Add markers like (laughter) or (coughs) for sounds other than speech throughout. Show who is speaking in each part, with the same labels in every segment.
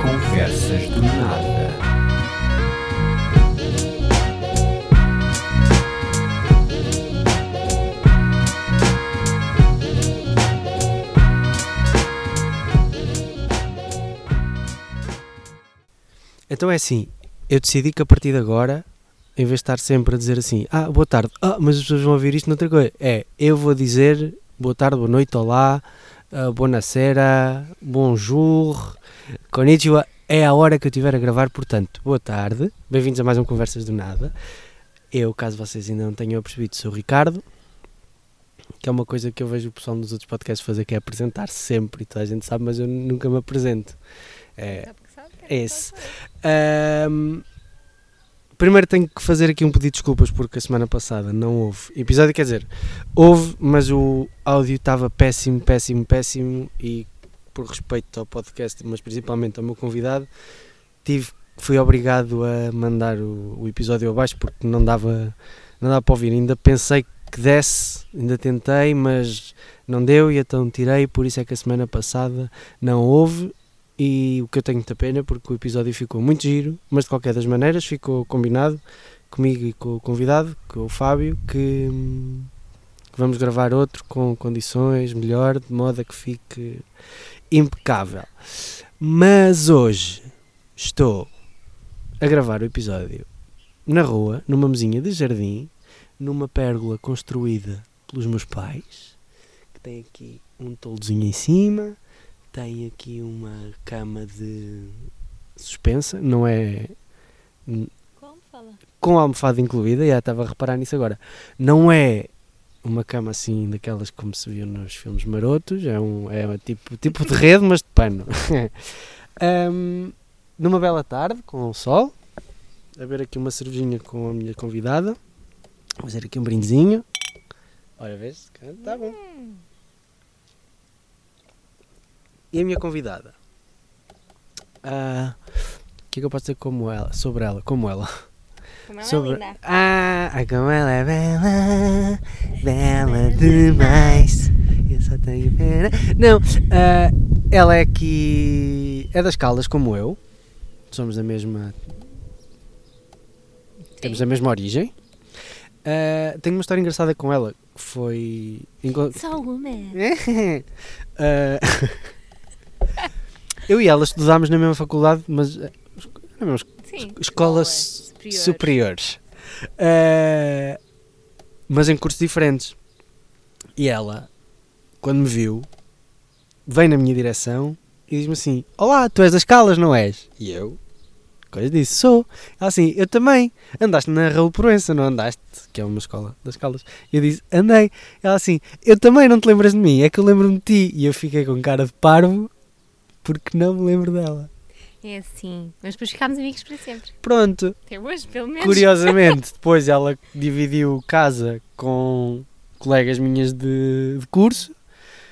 Speaker 1: Conversas do Nada.
Speaker 2: Então é assim, eu decidi que a partir de agora, em vez de estar sempre a dizer assim, ah, boa tarde, ah, mas as pessoas vão ouvir isto noutra coisa, é, eu vou dizer boa tarde, boa noite, olá, ah, bonacera, bonjour, konnichiwa, é a hora que eu estiver a gravar, portanto, boa tarde, bem-vindos a mais um Conversas do Nada. Eu, caso vocês ainda não tenham percebido, sou o Ricardo, que é uma coisa que eu vejo o pessoal nos outros podcasts fazer, que é apresentar sempre, e toda a gente sabe, mas eu nunca me apresento. É,
Speaker 3: Sabe que sabe, quer que
Speaker 2: esse. Ahm, primeiro tenho que fazer aqui um pedido de desculpas porque a semana passada não houve episódio, quer dizer, houve, mas o áudio estava péssimo, péssimo, péssimo e por respeito ao podcast, mas principalmente ao meu convidado, tive, fui obrigado a mandar o, o episódio abaixo porque não dava, não dava para ouvir. Ainda pensei que desse, ainda tentei, mas não deu e então tirei, por isso é que a semana passada não houve e o que eu tenho muita pena porque o episódio ficou muito giro, mas de qualquer das maneiras ficou combinado comigo e com o convidado, com o Fábio, que, hum, que vamos gravar outro com condições melhor, de modo a que fique impecável. Mas hoje estou a gravar o episódio na rua, numa mesinha de jardim, numa pérgola construída pelos meus pais, que tem aqui um toldozinho em cima tem aqui uma cama de suspensa, não é
Speaker 3: Como fala?
Speaker 2: com a almofada incluída, já estava a reparar nisso agora. Não é uma cama assim daquelas como se viu nos filmes marotos, é um é um tipo tipo de rede, mas de pano. (laughs) Ahm, numa bela tarde com o sol, a ver aqui uma cervejinha com a minha convidada, fazer aqui um brindezinho. Olha, vês? Está bom.
Speaker 3: Hum,
Speaker 2: E a minha convidada? Ah, o que é que eu posso dizer como ela, sobre ela? Como ela?
Speaker 3: como ela
Speaker 2: sobre...
Speaker 3: é linda.
Speaker 2: Ah, ai, como ela é bela, bela demais. Eu só tenho pena. Não, ah, ela é aqui. É das Caldas, como eu. Somos da mesma. Temos a mesma origem. Ah, tenho uma história engraçada com ela. que Foi. encon-
Speaker 3: Só uma. É.
Speaker 2: (laughs) Eh, eu e ela estudámos na mesma faculdade, mas eh, na mesma es-
Speaker 3: Sim.
Speaker 2: escola su- superiores. Eh, mas em cursos diferentes. E ela, quando me viu, vem na minha direção e diz-me assim: Olá, tu és das Calas, não és? E eu, coisa disso, sou. Ela assim, eu também. Andaste na Raul Proença, não andaste? Que é uma escola das Calas. E eu disse, andei. Ela assim, eu também não te lembras de mim, é que eu lembro-me de ti. E eu fiquei com cara de parvo porque não me lembro dela.
Speaker 3: É assim. Mas depois ficámos amigos para sempre.
Speaker 2: Pronto,
Speaker 3: Até hoje, pelo menos.
Speaker 2: (laughs) curiosamente, depois ela dividiu casa com colegas minhas de, de curso.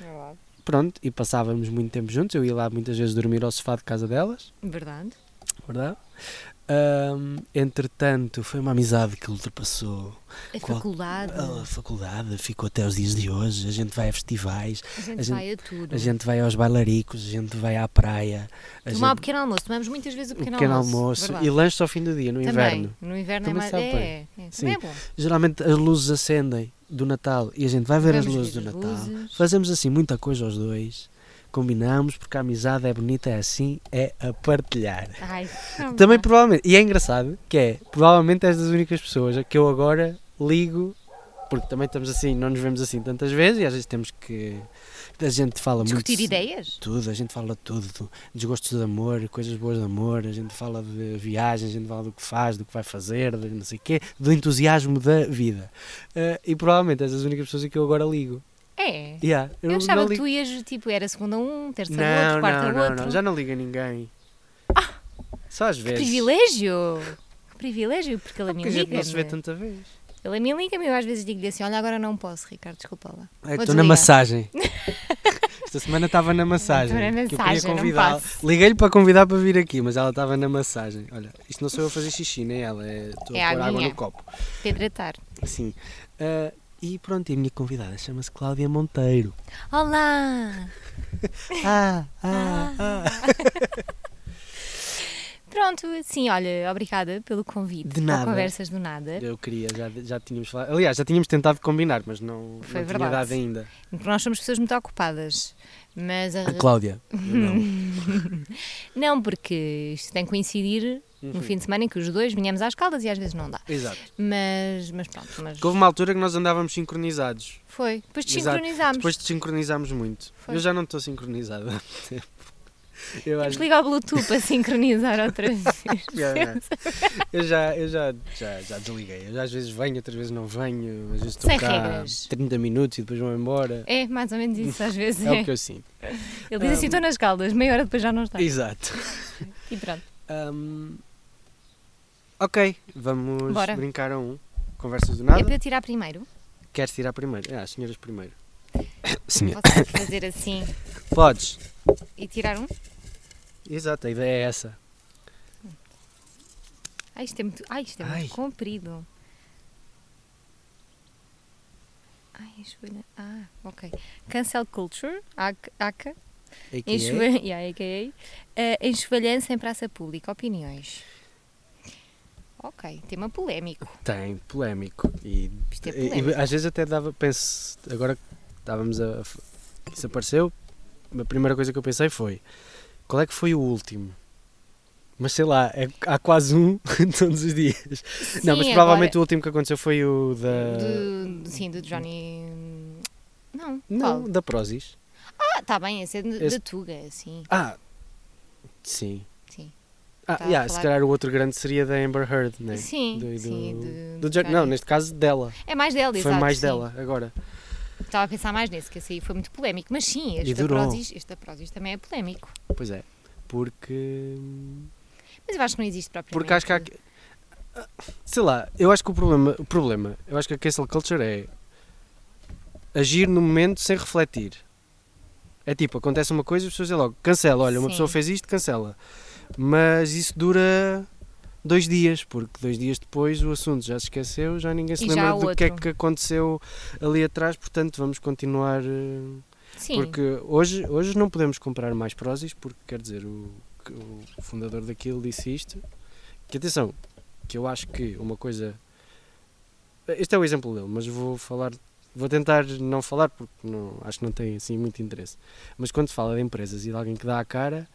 Speaker 3: Verdade.
Speaker 2: Pronto, e passávamos muito tempo juntos. Eu ia lá muitas vezes dormir ao sofá de casa delas,
Speaker 3: Verdade.
Speaker 2: verdade? Ahm, entretanto, foi uma amizade que ultrapassou
Speaker 3: A
Speaker 2: Qual-
Speaker 3: faculdade.
Speaker 2: a faculdade, ficou até os dias de hoje. A gente vai a festivais,
Speaker 3: A gente
Speaker 2: a gente-
Speaker 3: vai a tudo.
Speaker 2: a gente vai aos bailaricos, a gente vai à praia. A
Speaker 3: Tomar o
Speaker 2: gente...
Speaker 3: pequeno almoço. Tomamos muitas vezes o
Speaker 2: o
Speaker 3: pequeno,
Speaker 2: pequeno almoço,
Speaker 3: Verdade.
Speaker 2: e lanches ao fim do dia, no
Speaker 3: Também.
Speaker 2: inverno.
Speaker 3: No inverno
Speaker 2: Também
Speaker 3: é mais.
Speaker 2: sabe
Speaker 3: É,
Speaker 2: bem.
Speaker 3: é.
Speaker 2: Sim.
Speaker 3: Também é bom.
Speaker 2: Geralmente as luzes acendem do Natal e a gente vai ver as
Speaker 3: Vamos
Speaker 2: luzes
Speaker 3: ver
Speaker 2: do
Speaker 3: as
Speaker 2: Natal.
Speaker 3: luzes.
Speaker 2: Fazemos assim muita coisa aos dois. Combinamos porque a amizade é bonita, é assim, é a partilhar.
Speaker 3: Ai, não
Speaker 2: Também
Speaker 3: dá.
Speaker 2: provavelmente, e é engraçado que é, provavelmente és das únicas pessoas a que eu agora ligo, porque também estamos assim, não nos vemos assim tantas vezes e às vezes temos que. A gente fala
Speaker 3: Discutir
Speaker 2: muito.
Speaker 3: ideias?
Speaker 2: Tudo, a gente fala de tudo. Desgostos de amor, coisas boas de amor, a gente fala de viagens, a gente fala do que faz, do que vai fazer, de não sei o quê, do entusiasmo da vida. Ah, e provavelmente és das únicas pessoas a que eu agora ligo.
Speaker 3: É.
Speaker 2: Yeah,
Speaker 3: Eu,
Speaker 2: não-
Speaker 3: achava
Speaker 2: não
Speaker 3: que
Speaker 2: ligo.
Speaker 3: tu ias, tipo, era segunda um, terça a
Speaker 2: Não,
Speaker 3: outro, quarta
Speaker 2: não,
Speaker 3: a
Speaker 2: não,
Speaker 3: outro. Ah!
Speaker 2: não, já não ligo a ninguém. Só às vezes.
Speaker 3: Privilégio! Que privilégio, porque é ele me
Speaker 2: Porque a gente
Speaker 3: liga.
Speaker 2: não se vê tanta vez.
Speaker 3: Ele é me liga-me, eu às vezes digo-lhe assim: Olha, agora não posso, Ricardo, desculpa lá.
Speaker 2: É que
Speaker 3: Vou
Speaker 2: estou na
Speaker 3: desligar. (laughs)
Speaker 2: massagem. Esta semana estava na massagem.
Speaker 3: Estou na
Speaker 2: que eu
Speaker 3: massagem,
Speaker 2: queria
Speaker 3: não
Speaker 2: convidá-la.
Speaker 3: passo.
Speaker 2: Liguei-lhe para convidar para vir aqui, mas ela estava na massagem. Olha, isto não sou eu a fazer xixi, nem ela. é- Estou
Speaker 3: É
Speaker 2: a
Speaker 3: a
Speaker 2: pôr água
Speaker 3: minha.
Speaker 2: no copo.
Speaker 3: Para hidratar.
Speaker 2: Assim. ah, e pronto, e a minha convidada chama-se Cláudia
Speaker 3: (laughs)
Speaker 2: Monteiro.
Speaker 3: Olá!
Speaker 2: Ah, ah, ah.
Speaker 3: pronto, sim, olha, obrigada pelo convite.
Speaker 2: De
Speaker 3: para
Speaker 2: nada.
Speaker 3: Conversas do nada.
Speaker 2: Eu queria, já, já tínhamos falado. Aliás, já tínhamos tentado combinar, mas não, não
Speaker 3: Foi
Speaker 2: tinha
Speaker 3: verdade.
Speaker 2: dado (laughs) ainda.
Speaker 3: Porque nós somos pessoas muito ocupadas. Mas a-
Speaker 2: A Cláudia. eu
Speaker 3: (laughs)
Speaker 2: não.
Speaker 3: não, porque isto tem que coincidir no
Speaker 2: Uhum.
Speaker 3: fim de semana em que os dois vinhamos às caldas e às vezes não dá.
Speaker 2: Exato.
Speaker 3: Mas, mas pronto, mas
Speaker 2: Porque houve uma altura que nós andávamos sincronizados.
Speaker 3: foi. Depois te
Speaker 2: Exato.
Speaker 3: sincronizámos.
Speaker 2: Depois sincronizámos muito.
Speaker 3: Foi.
Speaker 2: Eu já não estou sincronizada há muito tempo. Eu acho
Speaker 3: Desliga o Bluetooth para (laughs) sincronizar outra vez.
Speaker 2: (laughs) Yeah,
Speaker 3: (laughs)
Speaker 2: yeah. Eu, já, eu já, já, já desliguei. Eu já às vezes venho, outras vezes não venho. Às vezes estou
Speaker 3: Sem
Speaker 2: cá
Speaker 3: regras.
Speaker 2: 30 minutos e depois vão embora.
Speaker 3: É, mais ou menos isso às vezes.
Speaker 2: É
Speaker 3: É.
Speaker 2: o que eu sinto.
Speaker 3: Ele diz assim:
Speaker 2: Ah.
Speaker 3: estou nas caldas, meia hora depois já não está.
Speaker 2: Exato.
Speaker 3: E pronto.
Speaker 2: Hum, ok, vamos
Speaker 3: Bora.
Speaker 2: brincar a um. Conversas do
Speaker 3: É
Speaker 2: nada.
Speaker 3: para eu tirar primeiro?
Speaker 2: Queres tirar primeiro? Ah, as senhoras primeiro. Senhor. (coughs)
Speaker 3: Posso fazer assim
Speaker 2: Podes.
Speaker 3: e tirar um?
Speaker 2: Exato, a ideia é essa.
Speaker 3: Ai, isto é muito, ai, isto é muito
Speaker 2: Ai.
Speaker 3: comprido. Ai, a joelha. Ah, ok. Cancel Culture, AK, AK
Speaker 2: É que é.
Speaker 3: enxoval... (laughs) yeah, AKA, eh, enxovalhança em praça pública. Opiniões. Ok, tema polémico.
Speaker 2: Tem, polémico. E,
Speaker 3: Isto é
Speaker 2: e- e
Speaker 3: polémico.
Speaker 2: às vezes até dava, penso, agora que estávamos a. que Isso apareceu, a primeira coisa que eu pensei foi: qual é que foi o último? Mas sei lá, é- há quase um (laughs) todos os dias. não, mas
Speaker 3: Sim,
Speaker 2: provavelmente
Speaker 3: agora-
Speaker 2: o último que aconteceu foi o da.
Speaker 3: Do, sim, do Johnny. hum, Não,
Speaker 2: Não,
Speaker 3: qual?
Speaker 2: da Prozis.
Speaker 3: Ah, tá bem, esse é de,
Speaker 2: Esse-
Speaker 3: da Tuga, sim.
Speaker 2: Ah, sim.
Speaker 3: Sim.
Speaker 2: Ah,
Speaker 3: Estava Tá a
Speaker 2: yeah, se
Speaker 3: falar-
Speaker 2: calhar o outro grande seria da Amber Heard, né?
Speaker 3: Sim,
Speaker 2: Do-
Speaker 3: sim.
Speaker 2: do-
Speaker 3: do-
Speaker 2: Do
Speaker 3: do
Speaker 2: Jo- não,
Speaker 3: Johnny.
Speaker 2: neste caso dela.
Speaker 3: É mais dela,
Speaker 2: Foi
Speaker 3: exato,
Speaker 2: mais
Speaker 3: sim.
Speaker 2: dela agora.
Speaker 3: Estava a pensar mais nesse, que esse aí foi muito polémico. Mas sim, este da
Speaker 2: durou.
Speaker 3: Prozis, este da Prozis também é polémico.
Speaker 2: Pois é. Porque. hum,
Speaker 3: Mas eu acho que não existe propriamente.
Speaker 2: Porque acho que há. Sei lá, eu acho que o problema, o problema, eu acho que a cancel culture é agir no momento sem refletir. É tipo, acontece uma coisa e as pessoas dizem logo, cancela, olha, uma
Speaker 3: Sim.
Speaker 2: pessoa fez isto, cancela. Mas isso dura dois dias, porque dois dias depois o assunto já se esqueceu, já ninguém se
Speaker 3: E já
Speaker 2: lembra
Speaker 3: há
Speaker 2: do que é
Speaker 3: outro.
Speaker 2: que aconteceu ali atrás, portanto vamos continuar. eh,
Speaker 3: Sim,
Speaker 2: porque hoje, hoje não podemos comprar mais Prozis, porque quer dizer, o, que o fundador daquilo disse isto. Que atenção, que eu acho que uma coisa. Este é o exemplo dele, mas vou falar. Vou tentar não falar porque não, acho que não tem assim muito interesse. Mas quando se fala de empresas e de alguém que dá a cara,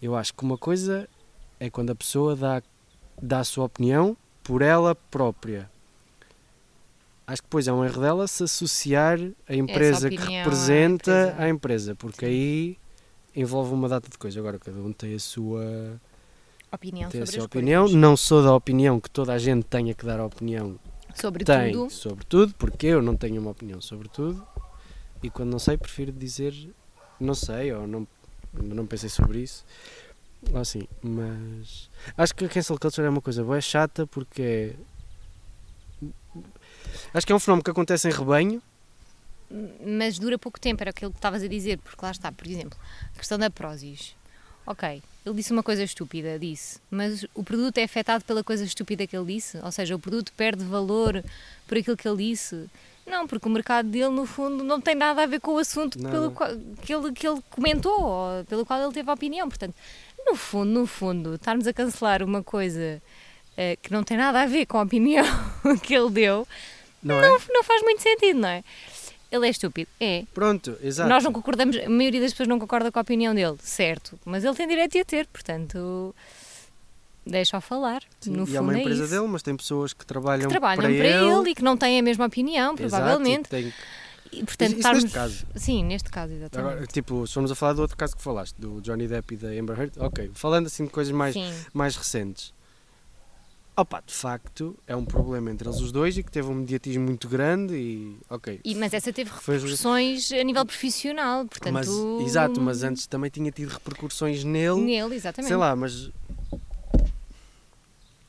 Speaker 2: eu acho que uma coisa é quando a pessoa dá, dá a sua opinião por ela própria. Acho que depois é um erro dela se associar a empresa que
Speaker 3: opinião à
Speaker 2: representa
Speaker 3: empresa.
Speaker 2: à empresa, porque aí envolve uma data de coisas. Agora, cada um tem a sua,
Speaker 3: opinião
Speaker 2: tem
Speaker 3: sobre
Speaker 2: a
Speaker 3: as
Speaker 2: sua
Speaker 3: coisas.
Speaker 2: opinião. Não sou da opinião que toda a gente tenha que dar a opinião.
Speaker 3: Sobre
Speaker 2: tem,
Speaker 3: tudo.
Speaker 2: sobre tudo, porque eu não tenho uma opinião sobre tudo. E quando não sei, prefiro dizer não sei ou não, ainda não pensei sobre isso. Ou assim, mas acho que a cancel culture é uma coisa boa, é chata porque é. Acho que é um fenómeno que acontece em rebanho.
Speaker 3: Mas dura pouco tempo, era aquilo que estavas a dizer. Porque lá está, por exemplo, a questão da Prozis. Ok, ele disse uma coisa estúpida, disse. Mas o produto é afetado pela coisa estúpida que ele disse? Ou seja, o produto perde valor por aquilo que ele disse? Não, porque o mercado dele, no fundo, não tem nada a ver com o assunto
Speaker 2: Nada.
Speaker 3: pelo qual, que, ele, que ele comentou ou pelo qual ele teve a opinião. Portanto, no fundo, no fundo, estarmos a cancelar uma coisa eh, que não tem nada a ver com a opinião (laughs) que ele deu,
Speaker 2: Não, é?
Speaker 3: não, não faz muito sentido, não é? Ele é estúpido, é.
Speaker 2: Pronto, exato.
Speaker 3: Nós não concordamos, a maioria das pessoas não concorda com a opinião dele, certo, mas ele tem direito de a ter, portanto, deixa-o falar.
Speaker 2: Sim,
Speaker 3: no
Speaker 2: e
Speaker 3: fundo,
Speaker 2: é uma
Speaker 3: é
Speaker 2: empresa
Speaker 3: isso.
Speaker 2: dele, é mas tem pessoas que trabalham,
Speaker 3: que trabalham para, ele. e que não têm a mesma opinião,
Speaker 2: Exato, e
Speaker 3: provavelmente.
Speaker 2: tem que-
Speaker 3: E, portanto,
Speaker 2: Isso
Speaker 3: estarmos-
Speaker 2: neste caso.
Speaker 3: Sim, neste caso, exatamente.
Speaker 2: Agora, tipo, se formos a falar do outro caso que falaste, do Johnny Depp e da Amber Heard, ok, falando assim de coisas mais,
Speaker 3: Sim,
Speaker 2: mais recentes. Opa, de facto, é um problema entre eles os dois e que teve um mediatismo muito grande e, ok.
Speaker 3: e, mas essa teve
Speaker 2: Foi-
Speaker 3: repercussões a nível profissional, portanto.
Speaker 2: mas, exato, mas antes também tinha tido repercussões nele,
Speaker 3: Nele, exatamente.
Speaker 2: sei lá, mas...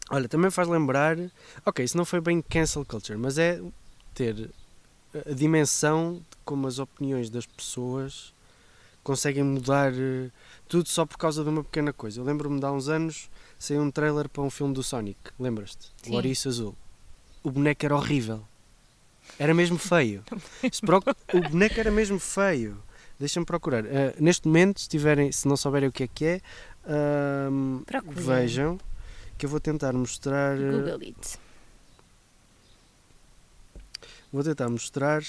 Speaker 2: Olha, também faz lembrar, ok, isso não foi bem cancel culture, mas é ter a a dimensão de como as opiniões das pessoas conseguem mudar eh, tudo só por causa de uma pequena coisa. Eu lembro-me de há uns anos saiu um trailer para um filme do Sonic, lembras-te? O
Speaker 3: Sim.
Speaker 2: Ouriço Azul. O boneco era horrível. Era mesmo feio. Se proc- O boneco era mesmo feio. Deixa-me procurar. Eh, neste momento, se, tiverem, se não souberem o que é que é, Ahm,
Speaker 3: Procurem.
Speaker 2: vejam, que eu vou tentar mostrar. eh,
Speaker 3: Google it.
Speaker 2: Vou tentar mostrar,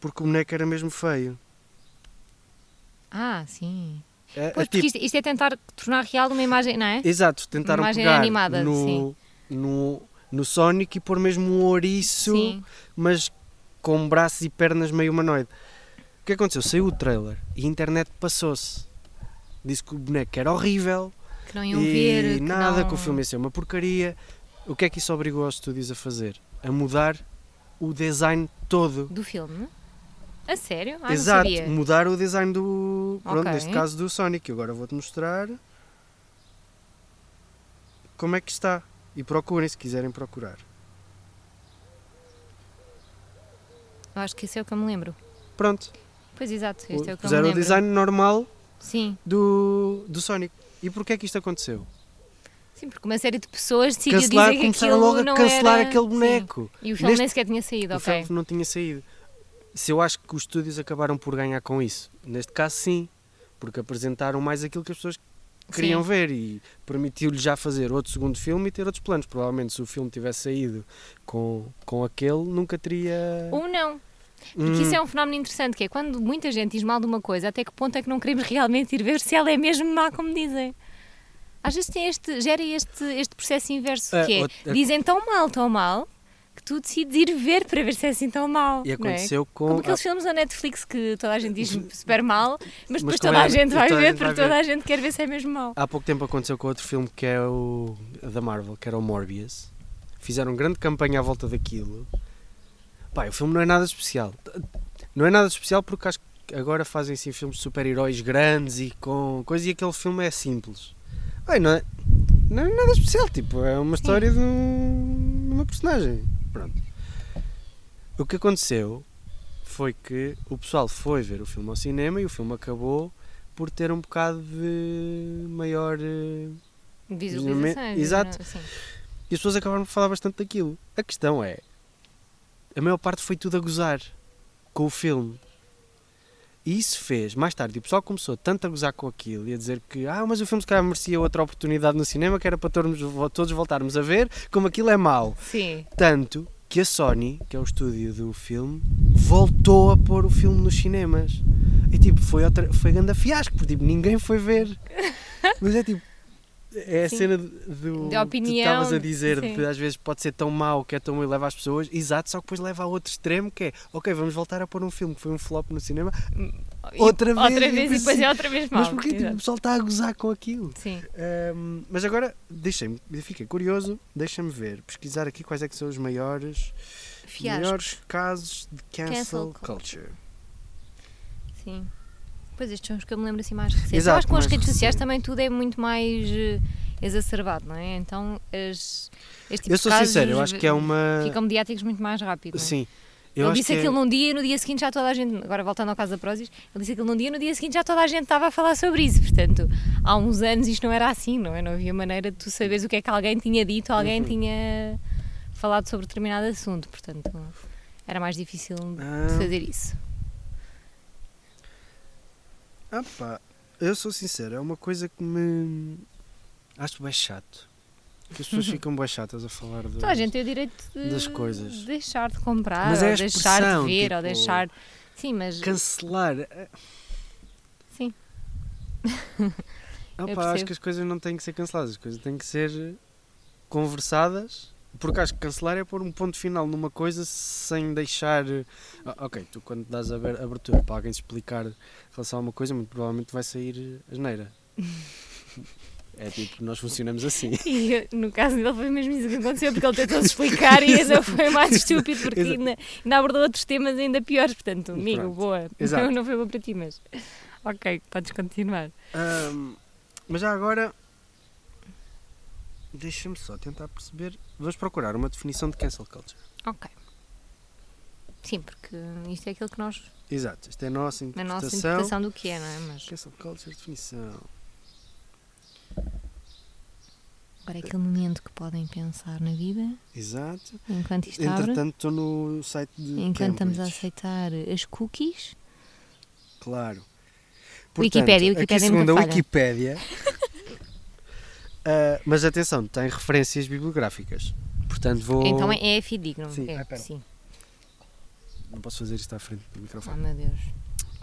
Speaker 2: porque o boneco era mesmo feio.
Speaker 3: Ah, sim.
Speaker 2: É, é
Speaker 3: Pois, porque
Speaker 2: tipo-
Speaker 3: isto, isto é tentar tornar real uma imagem, não é?
Speaker 2: Exato, tentaram
Speaker 3: imagem
Speaker 2: pegar
Speaker 3: animada,
Speaker 2: no, no, no Sonic e pôr mesmo um ouriço,
Speaker 3: Sim.
Speaker 2: mas com braços e pernas meio humanoide. O que aconteceu? Saiu o trailer e a internet passou-se. Disse que o boneco era horrível
Speaker 3: Que não iam
Speaker 2: e
Speaker 3: ver. que
Speaker 2: nada
Speaker 3: não...
Speaker 2: que o filme ia ser uma porcaria. O que é que isso obrigou aos estúdios a fazer? A mudar o design todo.
Speaker 3: Do filme? A sério? Ah,
Speaker 2: Exato,
Speaker 3: não sabia.
Speaker 2: mudar o design do. Pronto,
Speaker 3: Ok.
Speaker 2: neste caso do Sonic. Eu Agora vou-te mostrar como é que está. E procurem se quiserem procurar.
Speaker 3: Eu acho que esse é o que eu me lembro.
Speaker 2: Pronto,
Speaker 3: Pois exato, este é o que eu me
Speaker 2: fizeram
Speaker 3: lembro.
Speaker 2: o design normal
Speaker 3: Sim.
Speaker 2: do, do Sonic. E porquê é que isto aconteceu?
Speaker 3: Sim, porque uma série de pessoas decidiu
Speaker 2: Cancelaram,
Speaker 3: dizer que
Speaker 2: começaram
Speaker 3: aquilo
Speaker 2: logo a
Speaker 3: não
Speaker 2: cancelar
Speaker 3: era-
Speaker 2: aquele
Speaker 3: Sim.
Speaker 2: boneco.
Speaker 3: E o filme
Speaker 2: Neste-
Speaker 3: nem sequer tinha saído,
Speaker 2: O
Speaker 3: ok.
Speaker 2: filme não tinha saído. Se eu acho que os estúdios acabaram por ganhar com isso. Neste caso, sim. Porque apresentaram mais aquilo que as pessoas queriam
Speaker 3: Sim.
Speaker 2: ver e permitiu-lhe já fazer outro segundo filme e ter outros planos. Provavelmente, se o filme tivesse saído com, com aquele, nunca teria.
Speaker 3: Ou não. Porque
Speaker 2: Hum,
Speaker 3: isso é um fenómeno interessante, que é quando muita gente diz mal de uma coisa, até que ponto é que não queremos realmente ir ver se ela é mesmo má, como dizem. Às vezes tem este, gera este, este processo inverso,
Speaker 2: É,
Speaker 3: que é,
Speaker 2: outra-
Speaker 3: dizem tão mal, tão mal, que tu decides ir ver para ver se é assim tão mal.
Speaker 2: E
Speaker 3: não é?
Speaker 2: aconteceu com.
Speaker 3: Como aqueles filmes da Netflix que toda a gente
Speaker 2: (laughs)
Speaker 3: diz super mal, mas depois
Speaker 2: Mas
Speaker 3: toda a
Speaker 2: também-
Speaker 3: gente vai
Speaker 2: toda a
Speaker 3: ver
Speaker 2: gente vai
Speaker 3: porque toda a gente quer ver se é mesmo mal.
Speaker 2: Há, há pouco tempo aconteceu com outro filme que é o. da Marvel, que era o Morbius. Fizeram grande campanha à volta daquilo. Pá, o filme não é nada especial. Não é nada especial porque acho que agora fazem assim filmes de super-heróis grandes e com coisa e aquele filme é simples. Bem, não, é, não é nada especial, tipo, é uma história de, um- de uma personagem. Pronto. O que aconteceu foi que o pessoal foi ver o filme ao cinema e o filme acabou por ter um bocado de maior. eh,
Speaker 3: Visualizações.
Speaker 2: Exato.
Speaker 3: não- é? sim.
Speaker 2: E as pessoas acabaram por falar bastante daquilo. A questão é: a maior parte foi tudo a gozar com o filme. E isso fez, mais tarde, o pessoal começou tanto a gozar com aquilo e a dizer que, ah, mas o filme se calhar merecia outra oportunidade no cinema que era para tormos- todos voltarmos a ver como aquilo é mau.
Speaker 3: Sim.
Speaker 2: Tanto que a Sony, que é o estúdio do filme, voltou a pôr o filme nos cinemas. E tipo, foi, outra, foi grande fiasco, porque tipo, ninguém foi
Speaker 3: (laughs)
Speaker 2: ver. Mas é tipo, é a
Speaker 3: Sim.
Speaker 2: cena de- do.
Speaker 3: Da
Speaker 2: Tu
Speaker 3: opinião,
Speaker 2: estavas a dizer
Speaker 3: sim.
Speaker 2: de às vezes pode ser tão mau que é tão mau e leva as pessoas, exato, só que depois leva a outro extremo que é, ok, vamos voltar a pôr um filme que foi um flop no cinema,
Speaker 3: E-
Speaker 2: outra vez.
Speaker 3: Outra
Speaker 2: eu
Speaker 3: vez e
Speaker 2: penso
Speaker 3: depois
Speaker 2: assim,
Speaker 3: é outra vez mal.
Speaker 2: Mas porquê tipo, o
Speaker 3: exato.
Speaker 2: pessoal está a gozar com aquilo?
Speaker 3: Sim.
Speaker 2: Ahm, mas agora, deixem-me, fiquei curioso, deixem-me ver, pesquisar aqui quais é que são os maiores, maiores casos de cancel,
Speaker 3: Cancel
Speaker 2: culture.
Speaker 3: Sim. Pois estes são os que eu me lembro assim mais recentes.
Speaker 2: Exato,
Speaker 3: eu acho que com as
Speaker 2: mais
Speaker 3: redes sociais
Speaker 2: recente.
Speaker 3: também tudo é muito mais eh, exacerbado, não é? Então as, este tipo
Speaker 2: eu
Speaker 3: de
Speaker 2: sou
Speaker 3: casos
Speaker 2: sincero, eu acho que é uma...
Speaker 3: ficam mediáticos muito mais rápido. não é?
Speaker 2: Sim. Eu
Speaker 3: Ele
Speaker 2: acho
Speaker 3: disse
Speaker 2: que é-
Speaker 3: aquilo num dia e no dia seguinte já toda a gente. Agora voltando ao caso da Prozis, ele disse aquilo num dia e no dia seguinte já toda a gente estava a falar sobre isso. Portanto, há uns anos isto não era assim, não é? Não havia maneira de tu saberes o que é que alguém tinha dito ou
Speaker 2: Uhum.
Speaker 3: alguém tinha falado sobre determinado assunto. Portanto, era mais difícil de
Speaker 2: Ah,
Speaker 3: fazer isso.
Speaker 2: Ah pá, eu sou sincero, é uma coisa que me. Acho bem chato. Que as
Speaker 3: (laughs)
Speaker 2: pessoas ficam bem chatas a falar de.
Speaker 3: Toda a gente tem o direito de
Speaker 2: das coisas.
Speaker 3: deixar de comprar,
Speaker 2: Mas é
Speaker 3: ou
Speaker 2: a
Speaker 3: deixar de
Speaker 2: expressão,
Speaker 3: ver, ou
Speaker 2: tipo,
Speaker 3: deixar. Sim, mas.
Speaker 2: Cancelar. Ah,
Speaker 3: Sim.
Speaker 2: Ah,
Speaker 3: Eu
Speaker 2: pá, acho
Speaker 3: percebo.
Speaker 2: que as coisas não têm que ser canceladas, as coisas têm que ser conversadas. Porque acho que cancelar é pôr um ponto final numa coisa sem deixar. Ah, ok, tu quando dás aber- abertura para alguém se explicar em relação a uma coisa, muito provavelmente vai sair
Speaker 3: (laughs)
Speaker 2: asneira. É tipo, nós funcionamos assim.
Speaker 3: E eu, no caso dele foi mesmo isso que aconteceu, porque ele tentou-se explicar e ainda foi mais estúpido, porque
Speaker 2: Exato.
Speaker 3: ainda, ainda abordou outros temas ainda piores. Portanto, amigo,
Speaker 2: Pronto.
Speaker 3: boa.
Speaker 2: Exato.
Speaker 3: Não, não foi boa para ti, mas. Ok, podes continuar.
Speaker 2: Ahm, mas já agora. Deixa-me só tentar perceber. Vamos procurar uma definição de cancel culture.
Speaker 3: Ok. Sim, porque isto é aquilo que nós.
Speaker 2: Exato, isto é a nossa
Speaker 3: a
Speaker 2: interpretação.
Speaker 3: nossa interpretação do que é, não é? Mas
Speaker 2: Cancel culture, definição.
Speaker 3: agora é aquele momento que podem pensar na vida,
Speaker 2: Exato.
Speaker 3: enquanto isto abre,
Speaker 2: Entretanto, estou no site de.
Speaker 3: enquanto estamos a
Speaker 2: Cambridge.
Speaker 3: aceitar as cookies.
Speaker 2: Claro.
Speaker 3: Wikipédia,
Speaker 2: aqui
Speaker 3: Wikipédia nunca
Speaker 2: segundo a
Speaker 3: é falha.
Speaker 2: Wikipédia, Ah, mas atenção, tem referências bibliográficas. Portanto, vou.
Speaker 3: Então é, é fidedigno.
Speaker 2: Sim.
Speaker 3: é,
Speaker 2: Ah, pera.
Speaker 3: sim.
Speaker 2: Não posso fazer isto à frente do
Speaker 3: Oh
Speaker 2: microfone.
Speaker 3: meu Deus.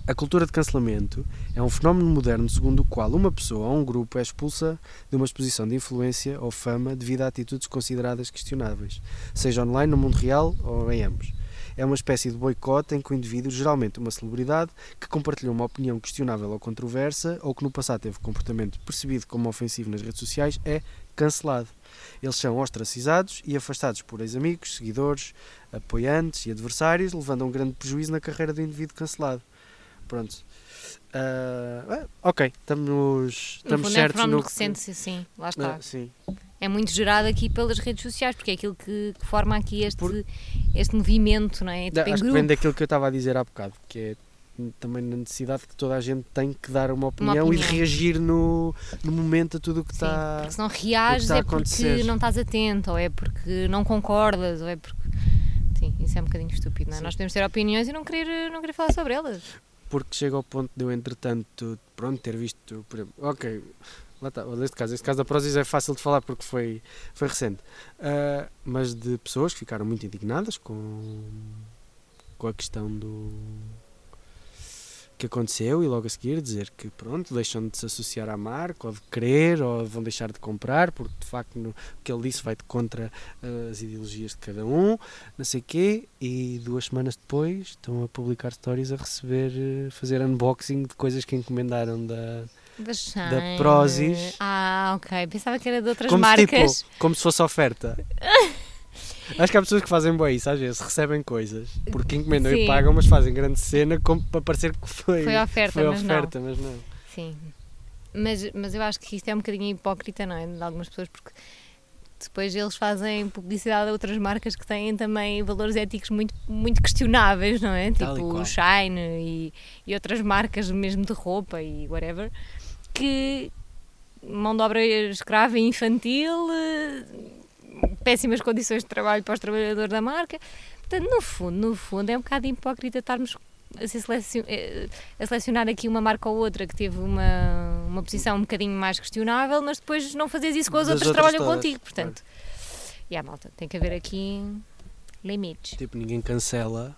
Speaker 2: A cultura de cancelamento é um fenómeno moderno segundo o qual uma pessoa ou um grupo é expulsa de uma exposição de influência ou fama devido a atitudes consideradas questionáveis, seja online, no mundo real ou em ambos. É uma espécie de boicote em que o indivíduo, geralmente uma celebridade, que compartilhou uma opinião questionável ou controversa ou que no passado teve comportamento percebido como ofensivo nas redes sociais, é cancelado. Eles são ostracizados e afastados por ex-amigos, seguidores, apoiantes e adversários, levando a um grande prejuízo na carreira do indivíduo cancelado. Pronto. Ah, ah, ok, estamos,
Speaker 3: No
Speaker 2: estamos
Speaker 3: fundo é um
Speaker 2: certos no
Speaker 3: fenómeno
Speaker 2: que-
Speaker 3: recente, sim, lá está.
Speaker 2: Ah, sim.
Speaker 3: É muito gerado aqui pelas redes sociais, porque é aquilo que, que forma aqui este,
Speaker 2: Por-
Speaker 3: este movimento, não é? Tipo,
Speaker 2: Da-
Speaker 3: em
Speaker 2: acho que
Speaker 3: grupo.
Speaker 2: vem daquilo que eu estava a dizer há bocado, que é também na necessidade que toda a gente tem que dar uma opinião,
Speaker 3: opinião.
Speaker 2: e reagir no, no momento a tudo o que tá
Speaker 3: Sim,
Speaker 2: está.
Speaker 3: porque se não reages
Speaker 2: está a
Speaker 3: é porque
Speaker 2: acontecer.
Speaker 3: não estás atento, ou é porque não concordas, ou é porque. Sim, isso é um bocadinho estúpido, não é?
Speaker 2: Sim.
Speaker 3: Nós podemos ter opiniões e não querer, não querer falar sobre elas.
Speaker 2: Porque chega ao ponto de eu, entretanto, pronto, ter visto, por exemplo, ok, lá está, olha este caso, este caso da Prozis é fácil de falar porque foi, foi recente, Ah, mas de pessoas que ficaram muito indignadas com, com a questão do que aconteceu e logo a seguir dizer que pronto, deixam de se associar à marca ou de querer ou vão deixar de comprar porque de facto no- o que ele disse vai de contra ah, as ideologias de cada um não sei quê, e duas semanas depois estão a publicar stories a receber, eh, fazer unboxing de coisas que encomendaram da...
Speaker 3: Das
Speaker 2: Da Prozis.
Speaker 3: Ah, ok. Pensava que era de outras
Speaker 2: Como,
Speaker 3: marcas.
Speaker 2: tipo, como se fosse
Speaker 3: (laughs)
Speaker 2: oferta. Acho que há pessoas que fazem bem isso, às vezes recebem coisas, porque encomendam
Speaker 3: Sim.
Speaker 2: e pagam, mas fazem grande cena como para parecer que foi,
Speaker 3: Foi oferta,
Speaker 2: foi
Speaker 3: mas não.
Speaker 2: oferta, mas não.
Speaker 3: Sim. Mas, mas eu acho que isto é um bocadinho hipócrita, não é? De algumas pessoas, porque depois eles fazem publicidade a outras marcas que têm também valores éticos muito, muito questionáveis, não é?
Speaker 2: Tal e
Speaker 3: tipo
Speaker 2: qual.
Speaker 3: o Shine e, e outras marcas mesmo de roupa e whatever, que mão de obra escrava e infantil, eh, péssimas condições de trabalho para os trabalhadores da marca. Portanto, no fundo, no fundo, é um bocado hipócrita estarmos a, ser selecion- eh, a selecionar aqui uma marca ou outra que teve uma, uma posição um bocadinho mais questionável, mas depois não fazes isso com as
Speaker 2: Das
Speaker 3: outras que
Speaker 2: outras
Speaker 3: trabalham
Speaker 2: todas,
Speaker 3: contigo. Portanto, e a malta, tem que haver aqui limites.
Speaker 2: Tipo, ninguém cancela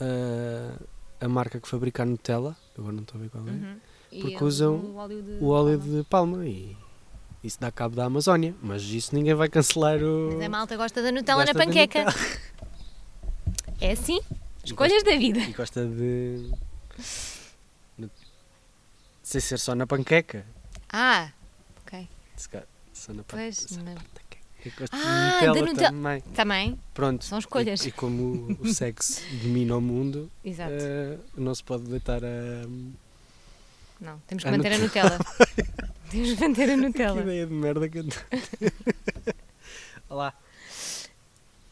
Speaker 2: ah, a marca que fabrica a Nutella, agora não estou a ver qual é,
Speaker 3: Uhum. E
Speaker 2: Porque
Speaker 3: eles,
Speaker 2: usam
Speaker 3: o óleo de,
Speaker 2: o óleo
Speaker 3: palma.
Speaker 2: de palma e isso dá cabo da Amazónia, mas isso ninguém vai cancelar o...
Speaker 3: Mas é a malta gosta da Nutella
Speaker 2: Gosta
Speaker 3: na
Speaker 2: da
Speaker 3: panqueca. É assim? Escolhas da vida.
Speaker 2: E gosta de. no- Sem ser só na panqueca.
Speaker 3: Ah, ok.
Speaker 2: Se calhar, Só na pan-
Speaker 3: Pois,
Speaker 2: só na
Speaker 3: na-
Speaker 2: panqueca. Eu gosto
Speaker 3: Ah,
Speaker 2: de Nutella
Speaker 3: da Nutella.
Speaker 2: também.
Speaker 3: também.
Speaker 2: Pronto.
Speaker 3: São escolhas.
Speaker 2: E, e como o- o sexo domina o mundo,
Speaker 3: Exato.
Speaker 2: eh, não se pode deitar a.
Speaker 3: Ah, Não, temos que
Speaker 2: a
Speaker 3: manter a (laughs) Nutella. temos que manter a
Speaker 2: Que
Speaker 3: Nutella.
Speaker 2: ideia de merda que eu (laughs) Olá.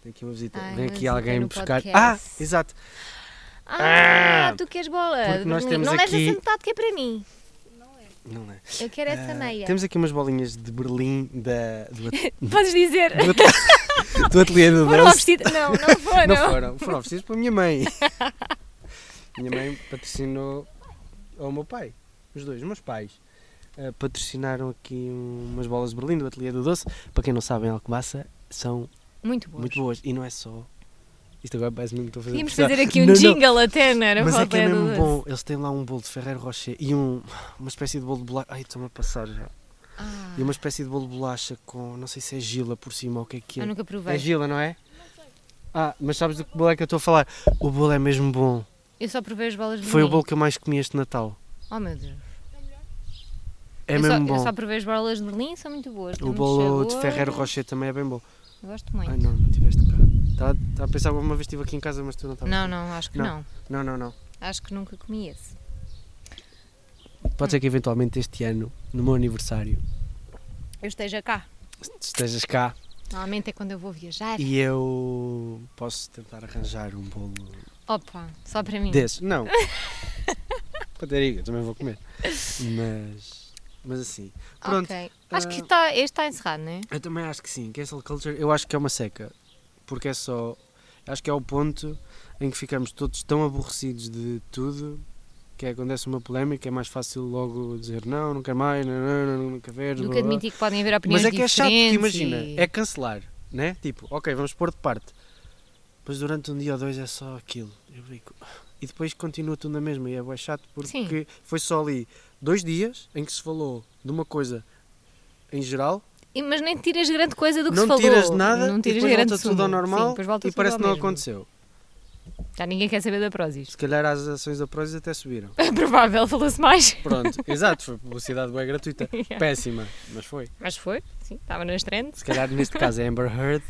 Speaker 2: Tem aqui uma visita.
Speaker 3: Ai,
Speaker 2: Vem
Speaker 3: uma
Speaker 2: aqui
Speaker 3: visita
Speaker 2: alguém
Speaker 3: no
Speaker 2: buscar. Ah,
Speaker 3: podcast.
Speaker 2: exato.
Speaker 3: Ah,
Speaker 2: Ah,
Speaker 3: tu queres bola?
Speaker 2: porque nós temos
Speaker 3: não leves
Speaker 2: aqui-
Speaker 3: essa metade que é para mim.
Speaker 2: Não é.
Speaker 3: Eu quero essa
Speaker 2: Ah,
Speaker 3: meia.
Speaker 2: Temos aqui umas bolinhas de Berlim da,
Speaker 3: (laughs)
Speaker 2: do, at-
Speaker 3: Podes dizer.
Speaker 2: do,
Speaker 3: (laughs)
Speaker 2: at- do ateliê do
Speaker 3: Foram
Speaker 2: Dance.
Speaker 3: obstidas. Não, Ah, não foram.
Speaker 2: Não foram, foram oferecidos para a minha
Speaker 3: (laughs)
Speaker 2: mãe. minha mãe patrocinou ao meu pai, os dois, os meus pais. eh, patrocinaram aqui umas bolas de Berlim do Ateliê do Doce. Para quem não sabe, em Alcobaça são
Speaker 3: Muito boas.
Speaker 2: muito boas. E não é só. Isto agora parece mesmo que estou a fazer.
Speaker 3: Tínhamos de
Speaker 2: publicidade.
Speaker 3: fazer aqui um
Speaker 2: Não, não.
Speaker 3: jingle até, não era?
Speaker 2: Mas
Speaker 3: para o
Speaker 2: é que é
Speaker 3: Ateliê
Speaker 2: mesmo
Speaker 3: do Doce.
Speaker 2: bom. Eles têm lá um bolo de Ferreiro Rocher e um, uma espécie de bolo de bolacha. Ai, estou-me a passar já.
Speaker 3: Ah,
Speaker 2: E uma espécie de bolo de bolacha com, não sei se é gila por cima ou o que é que é.
Speaker 3: eu nunca
Speaker 2: É
Speaker 3: provei.
Speaker 2: gila, não é? Ah, mas sabes do que bolo é que eu estou a falar? O bolo é mesmo bom.
Speaker 3: Eu só provei as bolas de
Speaker 2: Foi o
Speaker 3: Berlim.
Speaker 2: bolo que eu mais comi este Natal.
Speaker 3: Oh meu Deus.
Speaker 2: É
Speaker 3: eu
Speaker 2: mesmo
Speaker 3: só, Eu só
Speaker 2: bom.
Speaker 3: provei as bolas de Berlim, são muito boas. têm
Speaker 2: O
Speaker 3: muito
Speaker 2: bolo de
Speaker 3: sabor.
Speaker 2: Ferreiro Rocher Ah, também é bem bom.
Speaker 3: Eu Gosto muito.
Speaker 2: Ai não, não tiveste cá. Estava a pensar que uma vez estive aqui em casa, mas tu não estavas.
Speaker 3: não, não, acho que
Speaker 2: Não. Não,
Speaker 3: não.
Speaker 2: não, não.
Speaker 3: Acho que nunca comi esse.
Speaker 2: Pode ser que eventualmente este ano, no meu aniversário,
Speaker 3: Eu esteja cá.
Speaker 2: estejas cá
Speaker 3: Normalmente é quando eu vou viajar.
Speaker 2: e eu posso tentar arranjar um bolo
Speaker 3: Opa, só para mim.
Speaker 2: desses.
Speaker 3: (laughs)
Speaker 2: Não. Patariga, também vou comer. Mas. Mas assim. Pronto.
Speaker 3: Ok. Acho que
Speaker 2: Ah.
Speaker 3: tá, este está encerrado, não é?
Speaker 2: Eu também acho que sim. Cancel culture, eu acho que é uma seca. Porque é só. Acho que é o ponto em que ficamos todos tão aborrecidos de tudo que é, acontece uma polémica, é mais fácil logo dizer não, não quero mais, não, não, não, nunca ver.
Speaker 3: Do
Speaker 2: blá,
Speaker 3: que
Speaker 2: blá, blá.
Speaker 3: admitir que podem haver opiniões
Speaker 2: Mas é que é
Speaker 3: diferentes.
Speaker 2: chato, porque imagina,
Speaker 3: e-
Speaker 2: é cancelar, né? Tipo, ok, vamos pôr de parte. Depois durante um dia ou dois é só aquilo. Eu fico... E depois continua tudo na mesma e é bué chato porque
Speaker 3: Sim.
Speaker 2: foi só ali dois dias em que se falou de uma coisa em geral,
Speaker 3: E- Mas nem tiras grande coisa do que se
Speaker 2: não
Speaker 3: falou.
Speaker 2: tiras nada
Speaker 3: não tiras
Speaker 2: e depois
Speaker 3: grande
Speaker 2: volta tudo
Speaker 3: suma.
Speaker 2: ao normal
Speaker 3: Sim, depois volta
Speaker 2: e
Speaker 3: tudo
Speaker 2: parece
Speaker 3: ao
Speaker 2: que não
Speaker 3: mesmo.
Speaker 2: aconteceu.
Speaker 3: Já ninguém quer saber da Prozis. (laughs)
Speaker 2: Se calhar as ações da Prozis até subiram.
Speaker 3: É provável, falou-se mais. (laughs)
Speaker 2: Pronto, exato, foi publicidade bem gratuita. Péssima, mas foi.
Speaker 3: Mas foi, sim, estava nas trends.
Speaker 2: Se calhar neste caso é Amber Heard.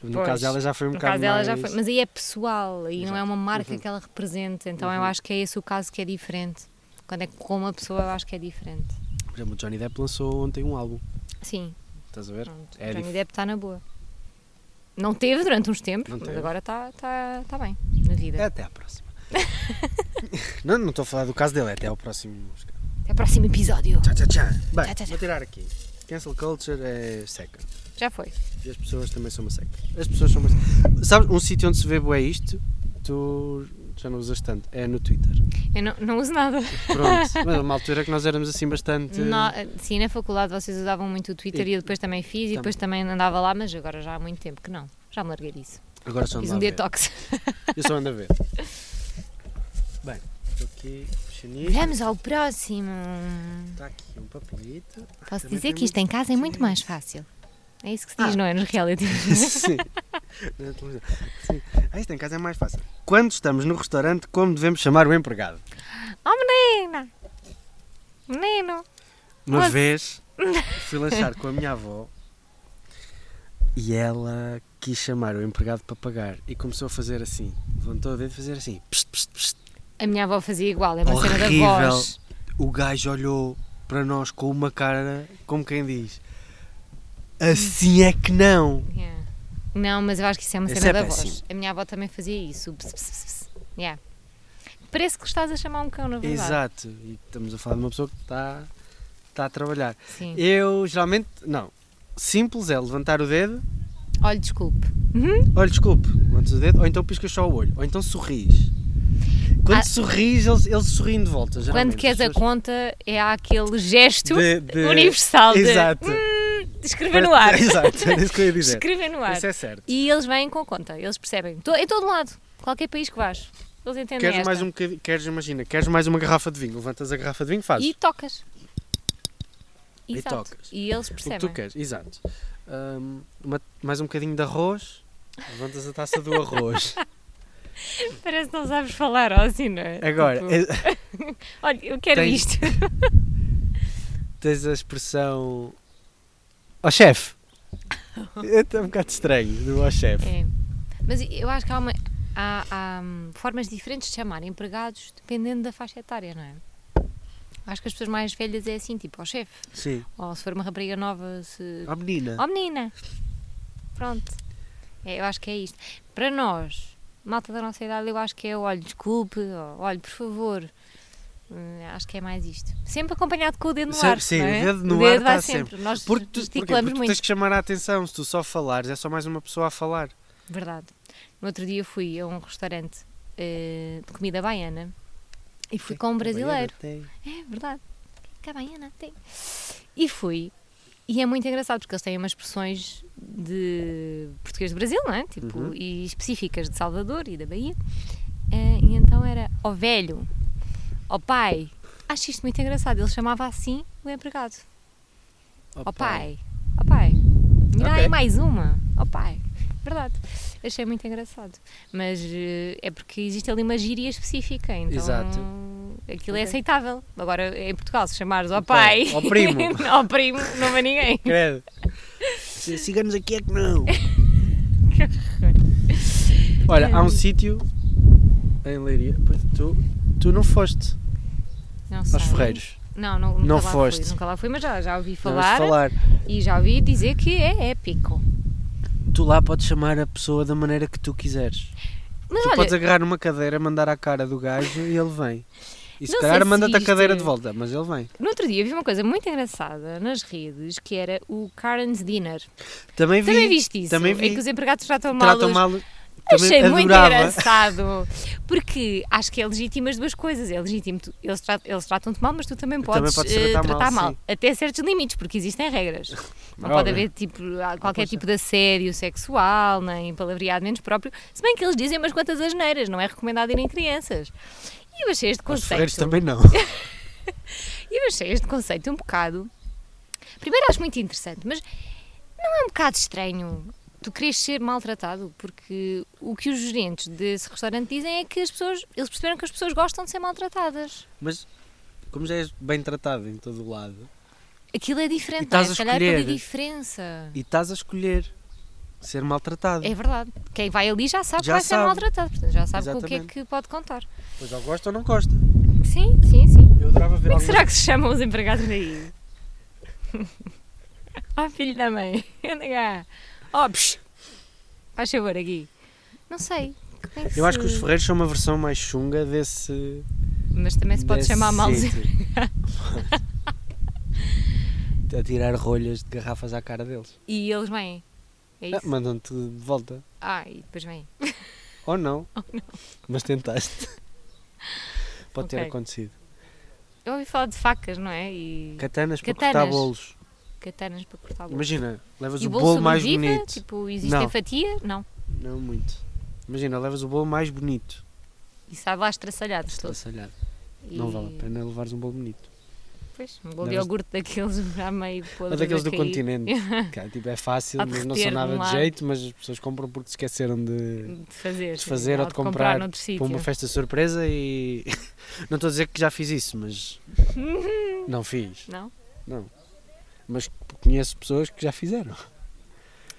Speaker 2: No
Speaker 3: Pois,
Speaker 2: caso dela já foi um
Speaker 3: No
Speaker 2: bocado
Speaker 3: caso dela já
Speaker 2: mais-
Speaker 3: foi. Mas aí é pessoal e não é
Speaker 2: Exato. Uhum.
Speaker 3: uma marca que ela representa. Então eu acho que é esse o caso que é diferente. Quando é com uma pessoa, eu acho que é diferente.
Speaker 2: Por exemplo, o Johnny Depp lançou ontem um álbum,
Speaker 3: Sim,
Speaker 2: estás a ver?
Speaker 3: pronto.
Speaker 2: É
Speaker 3: Johnny
Speaker 2: dif-
Speaker 3: Depp está na boa. Não teve durante uns tempos,
Speaker 2: Não
Speaker 3: mas
Speaker 2: teve.
Speaker 3: agora está tá, tá bem na vida.
Speaker 2: É até à
Speaker 3: (laughs)
Speaker 2: próxima. não, não estou a falar do caso dele, é até ao próximo. música.
Speaker 3: Até o próximo episódio.
Speaker 2: Tchau, tchau, tchau. Bem,
Speaker 3: Tchau, tchau, tchau.
Speaker 2: vou tirar aqui. Cancel culture é seca.
Speaker 3: Já foi.
Speaker 2: E as pessoas também são uma seca. As pessoas são uma seca. Sabes, um sítio onde se vê bué isto, tu já não usas tanto, é no Twitter.
Speaker 3: Eu não, não uso nada. (laughs)
Speaker 2: Pronto, mas a uma altura que nós éramos assim bastante.
Speaker 3: Na- sim, na faculdade vocês usavam muito o Twitter
Speaker 2: E-
Speaker 3: e, eu depois também fiz e depois também andava lá, mas agora já há muito tempo que não. Já me larguei disso.
Speaker 2: Agora só
Speaker 3: Fiz
Speaker 2: ando
Speaker 3: um
Speaker 2: a ver.
Speaker 3: detox.
Speaker 2: Eu só ando a ver. Bem, estou aqui, chinês.
Speaker 3: Vamos ao próximo.
Speaker 2: Está aqui um papelito.
Speaker 3: Posso
Speaker 2: Também
Speaker 3: dizer
Speaker 2: tem Ah.
Speaker 3: que isto em casa é muito mais fácil. É isso que se diz, não é? Nos
Speaker 2: (laughs)
Speaker 3: reality.
Speaker 2: Sim. Na televisão. Sim. Ah, isto em casa é mais fácil. Quando estamos no restaurante, como devemos chamar o empregado?
Speaker 3: Oh, menina! Menino!
Speaker 2: Uma
Speaker 3: Nossa. (laughs)
Speaker 2: vez fui lanchar com a minha avó e ela quis chamar o empregado para pagar e começou a fazer assim. Levantou o dedo e fazer assim. Psst, psst, psst.
Speaker 3: A minha avó fazia igual, é uma cena
Speaker 2: Horrível.
Speaker 3: da voz.
Speaker 2: O gajo olhou para nós com uma cara, como quem diz. Assim é que não!
Speaker 3: Yeah. Não, mas eu acho que isso é uma
Speaker 2: Isso
Speaker 3: cena
Speaker 2: é
Speaker 3: da voz.
Speaker 2: péssimo.
Speaker 3: A minha avó também fazia isso. o Ps, ps, ps, ps. Yeah. Parece que estás a chamar um cão, na verdade.
Speaker 2: Exato. E estamos a falar de uma pessoa que está, está a trabalhar.
Speaker 3: Sim.
Speaker 2: Eu geralmente, não. Simples é levantar o dedo,
Speaker 3: Olha, desculpe.
Speaker 2: olha, desculpe, levantas o dedo, ou então piscas só o olho, ou então sorris. Quando
Speaker 3: Ah.
Speaker 2: sorris, eles, eles sorriem de volta.
Speaker 3: Quando
Speaker 2: geralmente.
Speaker 3: queres
Speaker 2: As
Speaker 3: a
Speaker 2: pessoas-
Speaker 3: conta, é há aquele gesto (laughs)
Speaker 2: De- de-
Speaker 3: universal de,
Speaker 2: Exato.
Speaker 3: (laughs) de escrever no
Speaker 2: (laughs)
Speaker 3: ar.
Speaker 2: Exato, era isso que eu ia dizer.
Speaker 3: Escrever no ar.
Speaker 2: Isso é certo.
Speaker 3: E eles vêm com a conta, eles percebem. Tô- Em todo lado, qualquer país que vais. Eles entendem
Speaker 2: Queres
Speaker 3: esta.
Speaker 2: mais um bocadinho, queres, imagina, queres mais uma garrafa de vinho, levantas a garrafa de vinho, fazes.
Speaker 3: E tocas.
Speaker 2: E
Speaker 3: Exato.
Speaker 2: tocas.
Speaker 3: E eles
Speaker 2: o que tu
Speaker 3: percebem.
Speaker 2: queres, exato. Hum, uma- mais um bocadinho de arroz, levantas a taça do
Speaker 3: (laughs)
Speaker 2: arroz.
Speaker 3: Tipo- Parece que não sabes falar, ó, assim, não é?
Speaker 2: Agora, é-
Speaker 3: Tipo, olha, eu quero
Speaker 2: tens-
Speaker 3: isto.
Speaker 2: tens a expressão ó
Speaker 3: (laughs)
Speaker 2: chefe. É um bocado estranho do ó chefe.
Speaker 3: É. Mas eu acho que há, uma- há- há, hum, formas diferentes de chamar empregados dependendo da faixa etária, não é? Acho que as pessoas mais velhas é assim, tipo, ó chefe,
Speaker 2: Sim.
Speaker 3: ou se for uma rapariga nova, se.
Speaker 2: Ó menina.
Speaker 3: Ó menina! Pronto. É, eu acho que é isto. Para nós, malta da nossa idade, eu acho que é olho, desculpe, ou, olhe, por favor. Hum, Acho que é mais isto. Sempre acompanhado com o dedo no
Speaker 2: Se-
Speaker 3: ar.
Speaker 2: sim,
Speaker 3: não
Speaker 2: o
Speaker 3: é?
Speaker 2: dedo no
Speaker 3: o dedo
Speaker 2: ar
Speaker 3: vai
Speaker 2: está
Speaker 3: sempre. Nós
Speaker 2: Porque tu, porquê? Porque
Speaker 3: gesticulamos
Speaker 2: tu
Speaker 3: muito.
Speaker 2: tens que chamar a atenção. Se tu só falares, é só mais uma pessoa a falar.
Speaker 3: Verdade. No outro dia fui a um restaurante eh, de comida baiana e fui com um brasileiro. É verdade. Que a baiana tem. E fui. E é muito engraçado porque eles têm umas expressões de português do Brasil, não é? Tipo,
Speaker 2: Uhum.
Speaker 3: e específicas de Salvador e da Bahia. Eh, e então era ó velho, ó pai. Acho isto muito engraçado. Ele chamava assim o empregado. Ó pai, ó pai, me dá
Speaker 2: Ok.
Speaker 3: aí mais uma. Ó pai, verdade. Achei muito engraçado. Mas eh, é porque existe ali uma gíria específica, então
Speaker 2: Exato.
Speaker 3: aquilo é aceitável. Agora, em Portugal, se chamares ó
Speaker 2: Ó pai,
Speaker 3: pai,
Speaker 2: ó primo.
Speaker 3: (laughs) ó primo, não vai ninguém.
Speaker 2: Credo. Se
Speaker 3: (laughs)
Speaker 2: ciganos aqui é que não. Olha,
Speaker 3: Hum.
Speaker 2: há um sítio em Leiria. pois Tu, tu não foste
Speaker 3: Não
Speaker 2: aos
Speaker 3: sei.
Speaker 2: Ferreiros.
Speaker 3: Não, não, nunca
Speaker 2: Não
Speaker 3: lá fui,
Speaker 2: foste.
Speaker 3: nunca lá fui, mas já, já ouvi
Speaker 2: Não
Speaker 3: falar,
Speaker 2: foste falar.
Speaker 3: e já ouvi dizer que é épico.
Speaker 2: Tu lá podes chamar a pessoa da maneira que tu quiseres.
Speaker 3: Mas
Speaker 2: tu
Speaker 3: olha,
Speaker 2: podes agarrar numa cadeira, mandar à cara do gajo e ele vem. E se
Speaker 3: Não sei
Speaker 2: calhar
Speaker 3: se é-
Speaker 2: manda-te a
Speaker 3: viste.
Speaker 2: cadeira de volta, mas ele vem.
Speaker 3: no outro dia vi uma coisa muito engraçada nas redes que era o Karen's Dinner.
Speaker 2: Também vi.
Speaker 3: Também viste isso?
Speaker 2: Também vi.
Speaker 3: É que os empregados tratam mal
Speaker 2: Tratam
Speaker 3: os-
Speaker 2: mal. também é
Speaker 3: Achei muito
Speaker 2: adorava.
Speaker 3: engraçado. Porque acho que é legítimo as duas coisas. É legítimo, tu- eles, tra- eles tratam-te mal, mas tu também podes
Speaker 2: podes
Speaker 3: eh,
Speaker 2: tratar
Speaker 3: tratar,
Speaker 2: mal,
Speaker 3: mal.
Speaker 2: sim.
Speaker 3: Até certos limites, porque
Speaker 2: (laughs)
Speaker 3: existem regras. Não
Speaker 2: Ah,
Speaker 3: pode
Speaker 2: ok.
Speaker 3: haver tipo, há qualquer
Speaker 2: pois é.
Speaker 3: tipo de assédio sexual, nem palavreado menos próprio. Se bem que eles dizem umas quantas asneiras, não é recomendado irem crianças. E eu achei este
Speaker 2: Os ferreiros
Speaker 3: conceito.
Speaker 2: também
Speaker 3: (laughs)
Speaker 2: não.
Speaker 3: E eu achei este conceito um bocado. Primeiro acho muito interessante, mas não é um bocado estranho tu queres ser maltratado? Porque o que os gerentes desse restaurante dizem é que as pessoas. Eles perceberam que as pessoas gostam de ser maltratadas.
Speaker 2: Mas como já és bem tratado em todo o lado
Speaker 3: Aquilo é diferente,
Speaker 2: E estás
Speaker 3: não é? Se
Speaker 2: a
Speaker 3: calhar é pela
Speaker 2: escolher.
Speaker 3: diferença.
Speaker 2: e estás a escolher ser maltratado.
Speaker 3: É verdade. Quem vai ali já sabe
Speaker 2: Já
Speaker 3: que vai
Speaker 2: sabe.
Speaker 3: ser maltratado, portanto já sabe com o que é
Speaker 2: Exatamente.
Speaker 3: que pode contar.
Speaker 2: Pois ou gosta ou não gosta.
Speaker 3: Sim, sim, sim.
Speaker 2: Eu adorava ver
Speaker 3: Como é que
Speaker 2: alguma
Speaker 3: será que se chamam os empregados daí? (laughs) ah, filho da mãe. (laughs) Anda cá. Oh, psh. Faz favor aqui. Não sei. Como é que
Speaker 2: Eu acho que os
Speaker 3: se-
Speaker 2: ferreiros são uma versão mais chunga desse.
Speaker 3: Mas também se pode
Speaker 2: desse
Speaker 3: chamar malzinho.
Speaker 2: sítio. a tirar rolhas de garrafas à cara deles.
Speaker 3: (laughs) E eles vêm. É
Speaker 2: Ah,
Speaker 3: isso?
Speaker 2: Mandam-te de volta.
Speaker 3: Ah, e depois vêm.
Speaker 2: Ou não. Mas tentaste. Pode ter
Speaker 3: Ok.
Speaker 2: acontecido.
Speaker 3: Eu ouvi falar de facas, não é? E
Speaker 2: Katanas, para
Speaker 3: Katanas.
Speaker 2: cortar bolos.
Speaker 3: catanas para cortar o bolo.
Speaker 2: Imagina, levas
Speaker 3: E
Speaker 2: o
Speaker 3: o bolo
Speaker 2: bolo mais
Speaker 3: sobrevive?
Speaker 2: bonito.
Speaker 3: Tipo, existe
Speaker 2: Não.
Speaker 3: a fatia? Não.
Speaker 2: Não muito. Imagina, levas o bolo mais bonito.
Speaker 3: E sai lá estraçalhados todos.
Speaker 2: Estassalhado. Não
Speaker 3: E-
Speaker 2: vale a pena levares um bolo bonito.
Speaker 3: Pois, um bolo de
Speaker 2: Deves-
Speaker 3: iogurte daqueles (laughs) já meio podre.
Speaker 2: Ou daqueles do
Speaker 3: a cair. (laughs)
Speaker 2: continente. que é, tipo, é fácil,
Speaker 3: Há de
Speaker 2: mas não são
Speaker 3: reter de
Speaker 2: nada
Speaker 3: um
Speaker 2: de
Speaker 3: lado.
Speaker 2: jeito, mas as pessoas compram porque se esqueceram de.
Speaker 3: De fazer.
Speaker 2: De fazer ou de comprar
Speaker 3: noutro
Speaker 2: para
Speaker 3: sítio.
Speaker 2: uma festa surpresa e. (laughs) não estou a dizer que já fiz isso,
Speaker 3: (laughs)
Speaker 2: mas. não fiz.
Speaker 3: Não?
Speaker 2: Mas conheço pessoas que já fizeram.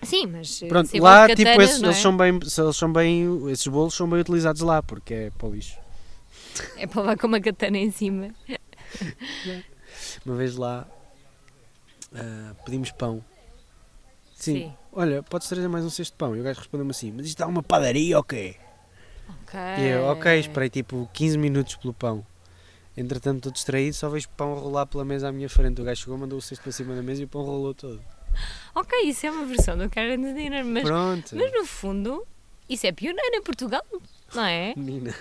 Speaker 3: Sim, mas. eh,
Speaker 2: Pronto,
Speaker 3: ser
Speaker 2: lá,
Speaker 3: bom de
Speaker 2: tipo,
Speaker 3: catanas,
Speaker 2: esses,
Speaker 3: não é?
Speaker 2: eles são bem, se eles são bem. Esses bolos são bem utilizados lá, porque é para o lixo.
Speaker 3: É para levar com uma katana em cima.
Speaker 2: Uma vez lá ah, pedimos pão. Sim.
Speaker 3: Sim.
Speaker 2: Olha, podes trazer mais um cesto de pão? E o gajo respondeu-me assim: Mas isto é uma padaria ou quê?
Speaker 3: Ok.
Speaker 2: E eu, ok, esperei tipo 15 minutos pelo pão. Entretanto, estou distraído, só vejo pão rolar pela mesa à minha frente. O gajo chegou, mandou o cesto para cima da mesa e o pão rolou todo.
Speaker 3: Ok, isso é uma versão do Karen Dinner, mas,
Speaker 2: Pronto,
Speaker 3: mas no fundo, isso é pioneiro em Portugal, não é?
Speaker 2: menina.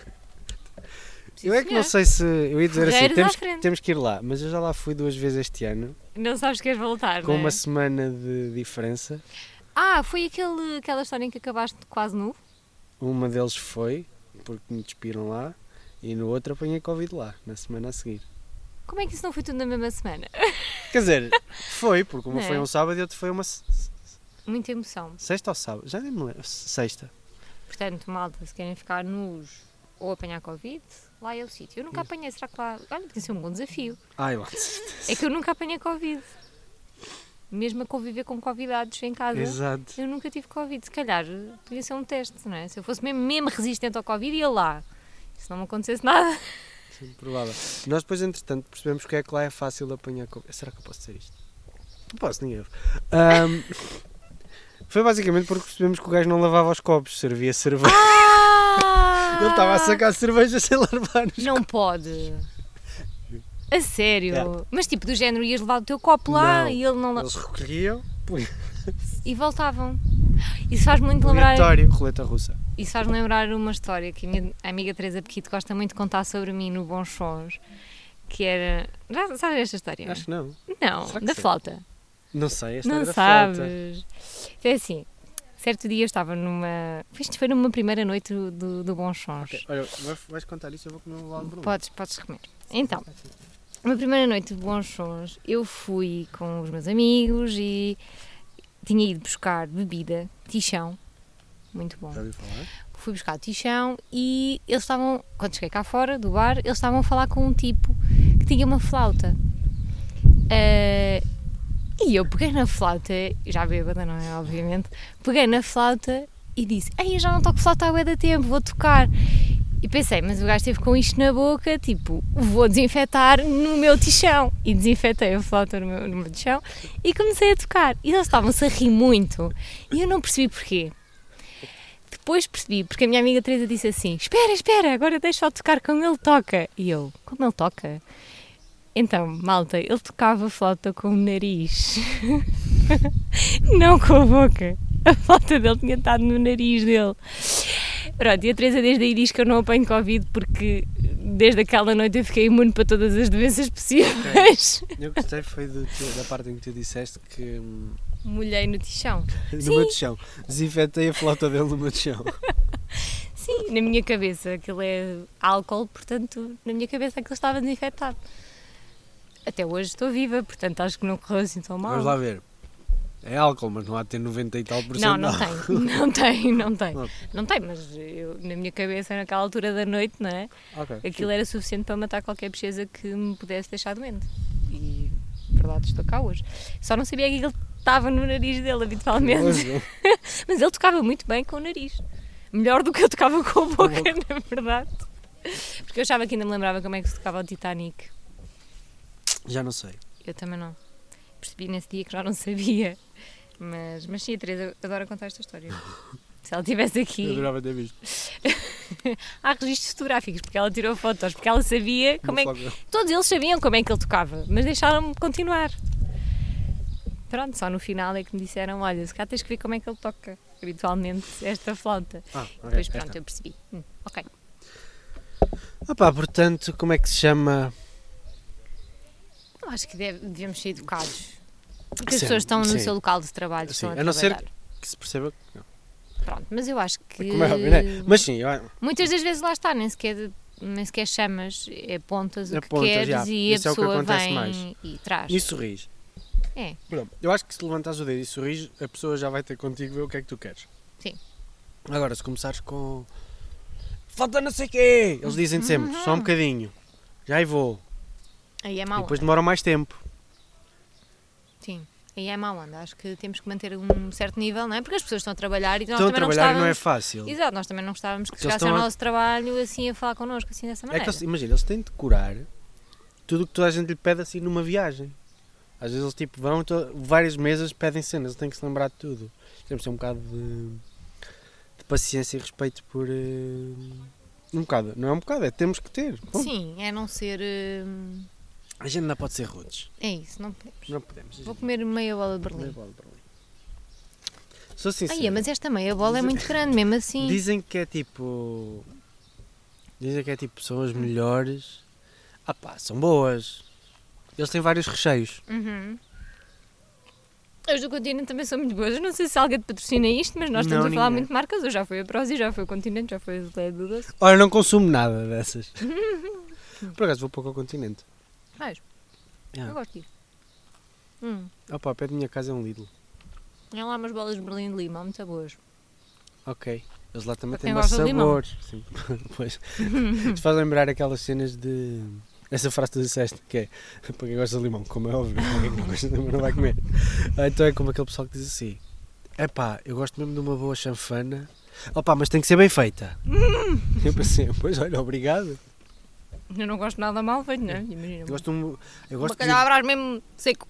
Speaker 3: Sim,
Speaker 2: Eu é que não sei
Speaker 3: senhor.
Speaker 2: se. Eu ia dizer assim:
Speaker 3: Ferreiros à
Speaker 2: temos, que-
Speaker 3: frente.
Speaker 2: temos que ir lá, mas eu já lá fui duas vezes este ano,
Speaker 3: Não sabes que queres voltar,
Speaker 2: com
Speaker 3: não é?
Speaker 2: uma semana de diferença.
Speaker 3: Ah, foi aquele, aquela história em que acabaste quase nu?
Speaker 2: Uma deles foi, porque me despiram lá, e no outro apanhei Covid lá, na semana a seguir.
Speaker 3: Como é que isso não foi tudo na mesma semana?
Speaker 2: Quer dizer, foi, porque uma
Speaker 3: Não é?
Speaker 2: foi um sábado e outra foi uma se-
Speaker 3: Muita emoção.
Speaker 2: sexta ou sábado? Já nem me lembro. Sexta.
Speaker 3: Portanto, malta, se querem ficar nus ou apanhar Covid, lá é o sítio. Eu nunca apanhei, será que lá. Olha, podia ser um bom desafio.
Speaker 2: Ai, lá.
Speaker 3: É que eu nunca apanhei Covid. Mesmo a conviver com convidados em casa,
Speaker 2: Exato.
Speaker 3: eu nunca tive Covid. Se calhar podia ser um teste, não é? Se eu fosse mesmo, mesmo resistente ao Covid, ia lá. Se não me acontecesse nada.
Speaker 2: Provável. Nós depois, entretanto, percebemos que é que lá é fácil de apanhar Covid. Será que eu posso dizer isto? Não posso, ninguém ouve. Ahm, (laughs) foi basicamente porque percebemos que o gajo não lavava os copos, servia cerveja. Ele estava a sacar cerveja sem lavar.
Speaker 3: (laughs) Não pode. A sério.
Speaker 2: Yeah.
Speaker 3: Mas tipo, do género, ias levar o teu copo lá
Speaker 2: É. Não.
Speaker 3: e ele não.
Speaker 2: Eles recolhiam, punham.
Speaker 3: E voltavam. Isso faz-me muito lembrar.
Speaker 2: Aleatório, roleta russa.
Speaker 3: Isso faz-me lembrar uma história que a minha amiga Teresa Pequito gosta muito de contar sobre mim no Bons Sons, que era... Já sabes esta história?
Speaker 2: Acho que não.
Speaker 3: não,
Speaker 2: será que
Speaker 3: da
Speaker 2: sei?
Speaker 3: flauta.
Speaker 2: Não sei, esta
Speaker 3: Não
Speaker 2: era é. flauta.
Speaker 3: sabes. Foi assim, certo dia eu estava numa... Isto foi numa primeira noite do, do Bons Sons.
Speaker 2: Ok, Olha, vais- vais contar isso, eu vou comer um lado Bruno.
Speaker 3: Podes, podes comer. Então, uma primeira noite de bons sons, eu fui com os meus amigos e tinha ido buscar bebida, tichão, muito bom.
Speaker 2: Já ouvi falar?
Speaker 3: Fui buscar o tichão e eles estavam, quando cheguei cá fora do bar, eles estavam a falar com um tipo que tinha uma flauta. Ah, e eu peguei na flauta, já bêbada, não é? Obviamente, peguei na flauta e disse: Ei, eu já não toco flauta há bué da tempo, vou tocar. E pensei, mas o gajo esteve com isto na boca, tipo, vou desinfetar no meu tichão. E desinfetei a flauta no meu, no meu tichão e comecei a tocar. E eles estavam-se a rir muito. E eu não percebi porquê. Depois percebi, porque a minha amiga Teresa disse assim: Espera, espera, agora deixa eu tocar como ele toca. E eu, como ele toca? Então, malta, ele tocava flauta com o nariz, (laughs) não com a boca. A flauta dele tinha estado no nariz dele. Pronto, e a Teresa desde aí diz que eu não apanho Covid porque desde aquela noite eu fiquei imune para todas as doenças possíveis.
Speaker 2: Eu gostei foi do teu- da parte em que tu disseste que hum,
Speaker 3: (laughs) Molhei no tichão.
Speaker 2: no
Speaker 3: Sim.
Speaker 2: meu chão desinfetei a flauta dele no meu
Speaker 3: (laughs)
Speaker 2: chão.
Speaker 3: Sim, na minha cabeça aquilo é álcool, portanto, na minha cabeça aquilo estava desinfetado. Até hoje estou viva, portanto acho que não correu assim tão mal.
Speaker 2: Vamos lá ver. É álcool, mas não há de ter 90 e tal por
Speaker 3: Não,
Speaker 2: cento.
Speaker 3: não
Speaker 2: de álcool.
Speaker 3: tem, não tem, não tem.
Speaker 2: Não.
Speaker 3: Não tem, mas eu, na minha cabeça, naquela altura da noite, não é?
Speaker 2: Ok.
Speaker 3: Aquilo era suficiente para matar qualquer pesquisa que me pudesse deixar doente. E, verdade, estou cá hoje. Só não sabia que aquilo estava no nariz dele habitualmente.
Speaker 2: Hoje,
Speaker 3: Mas ele tocava muito bem com o nariz. Melhor do que eu tocava com a boca, na verdade. Porque eu achava que ainda me lembrava como é que se tocava o Titanic.
Speaker 2: já não sei.
Speaker 3: Eu também não. Percebi nesse dia que já não sabia. Mas, mas sim, a Teresa adora contar
Speaker 2: (laughs)
Speaker 3: esta história. Se ela estivesse
Speaker 2: Eu
Speaker 3: aqui,
Speaker 2: adorava ter visto.
Speaker 3: há registros fotográficos, porque ela tirou fotos, porque ela sabia como é que. Todos eles sabiam como é que ele tocava, mas deixaram-me continuar. Pronto, só no final é que me disseram: olha, se cá tens que ver como é que ele toca habitualmente esta flauta.
Speaker 2: Ah, ok,
Speaker 3: Depois,
Speaker 2: esta.
Speaker 3: pronto, eu percebi. Hum, ok.
Speaker 2: Ah pá, portanto, como é que se chama?
Speaker 3: Eu Então, acho que deve- devemos ser educados. Porque as
Speaker 2: Sim,
Speaker 3: pessoas estão
Speaker 2: sim.
Speaker 3: no seu local de trabalho,
Speaker 2: Sim,
Speaker 3: estão a,
Speaker 2: a não ser
Speaker 3: trabalhar.
Speaker 2: Que se perceba que não.
Speaker 3: Pronto, mas eu acho que.
Speaker 2: Como é óbvio, né? Mas sim, eu,
Speaker 3: Muitas das vezes lá está, nem sequer, nem sequer chamas, é pontas o
Speaker 2: É
Speaker 3: que
Speaker 2: pontas,
Speaker 3: queres
Speaker 2: já.
Speaker 3: e a
Speaker 2: Isso é o que
Speaker 3: pessoa
Speaker 2: acontece
Speaker 3: vem
Speaker 2: mais.
Speaker 3: e traz.
Speaker 2: e sorris.
Speaker 3: É.
Speaker 2: Pronto, eu acho que se levantares o dedo e sorris, a pessoa já vai ter contigo ver o que é que tu queres.
Speaker 3: Sim.
Speaker 2: Agora, se começares com. Falta não sei o quê! Eles dizem sempre, só
Speaker 3: Uhum.
Speaker 2: um bocadinho. Já aí vou.
Speaker 3: Aí é
Speaker 2: E
Speaker 3: mau.
Speaker 2: depois demoram mais tempo.
Speaker 3: Sim, aí é mau onda. Acho que temos que manter um certo nível, não é? Porque as pessoas estão a trabalhar e nós
Speaker 2: Estão a
Speaker 3: Então, também não
Speaker 2: trabalhar e
Speaker 3: gostávamos.
Speaker 2: não é fácil.
Speaker 3: Exato, nós também não gostávamos que
Speaker 2: Porque eles
Speaker 3: chegassem ao
Speaker 2: estão a-
Speaker 3: nosso trabalho assim a falar connosco, assim
Speaker 2: É
Speaker 3: dessa
Speaker 2: que
Speaker 3: maneira.
Speaker 2: eles, imagina, eles têm de decorar tudo o que toda a gente lhe pede assim numa viagem. Às vezes eles tipo vão, to- várias mesas pedem cenas, eles têm que se lembrar de tudo. Temos que ter um bocado de, de paciência e respeito por. eh, um bocado, não é um bocado, é temos que ter. Bom,
Speaker 3: Sim, é não ser. hum,
Speaker 2: a gente não pode ser rudes.
Speaker 3: É isso, não podemos.
Speaker 2: Não podemos.
Speaker 3: Vou comer meia bola de Berlim.
Speaker 2: Sou sincero.
Speaker 3: Ai, mas esta meia bola é muito
Speaker 2: (laughs)
Speaker 3: grande, mesmo assim.
Speaker 2: Dizem que é tipo. Dizem que é tipo, são as melhores. Ah pá, são boas. Eles têm vários recheios.
Speaker 3: Uhum. As do Continente também são muito boas. Eu não sei se alguém te patrocina isto, mas nós
Speaker 2: Não,
Speaker 3: estamos a
Speaker 2: ninguém.
Speaker 3: falar muito de marcas. Eu já fui a Prozis, já fui o Continente, já fui a Leia do Doce.
Speaker 2: Olha, não consumo nada
Speaker 3: (laughs)
Speaker 2: dessas. Por acaso vou pouco ao continente.
Speaker 3: Mas,
Speaker 2: Ah.
Speaker 3: eu gosto disso. Hum.
Speaker 2: Opa, perto da minha casa é um Lidl.
Speaker 3: Tem lá umas bolas de Berlim de Lima, muito boas.
Speaker 2: Ok. Eles lá também
Speaker 3: Para
Speaker 2: têm
Speaker 3: quem
Speaker 2: mais
Speaker 3: gosta de limão.
Speaker 2: sabores. Sim. (laughs)
Speaker 3: (laughs)
Speaker 2: pois. Te faz lembrar aquelas cenas de. Essa frase que tu disseste, que é para quem gosta de limão, como é óbvio, para quem não gosta de limão não vai
Speaker 3: (laughs)
Speaker 2: comer. Ah, Então é como aquele pessoal que diz assim: epá, eu gosto mesmo de uma boa chanfana, opá, mas tem que ser bem
Speaker 3: (laughs)
Speaker 2: feita. Eu pensei, pois olha, obrigado.
Speaker 3: Eu não gosto de nada mal feito, não é? Imagina.
Speaker 2: Eu gosto de um. Eu
Speaker 3: um
Speaker 2: gosto de
Speaker 3: bacalhau à brás mesmo seco.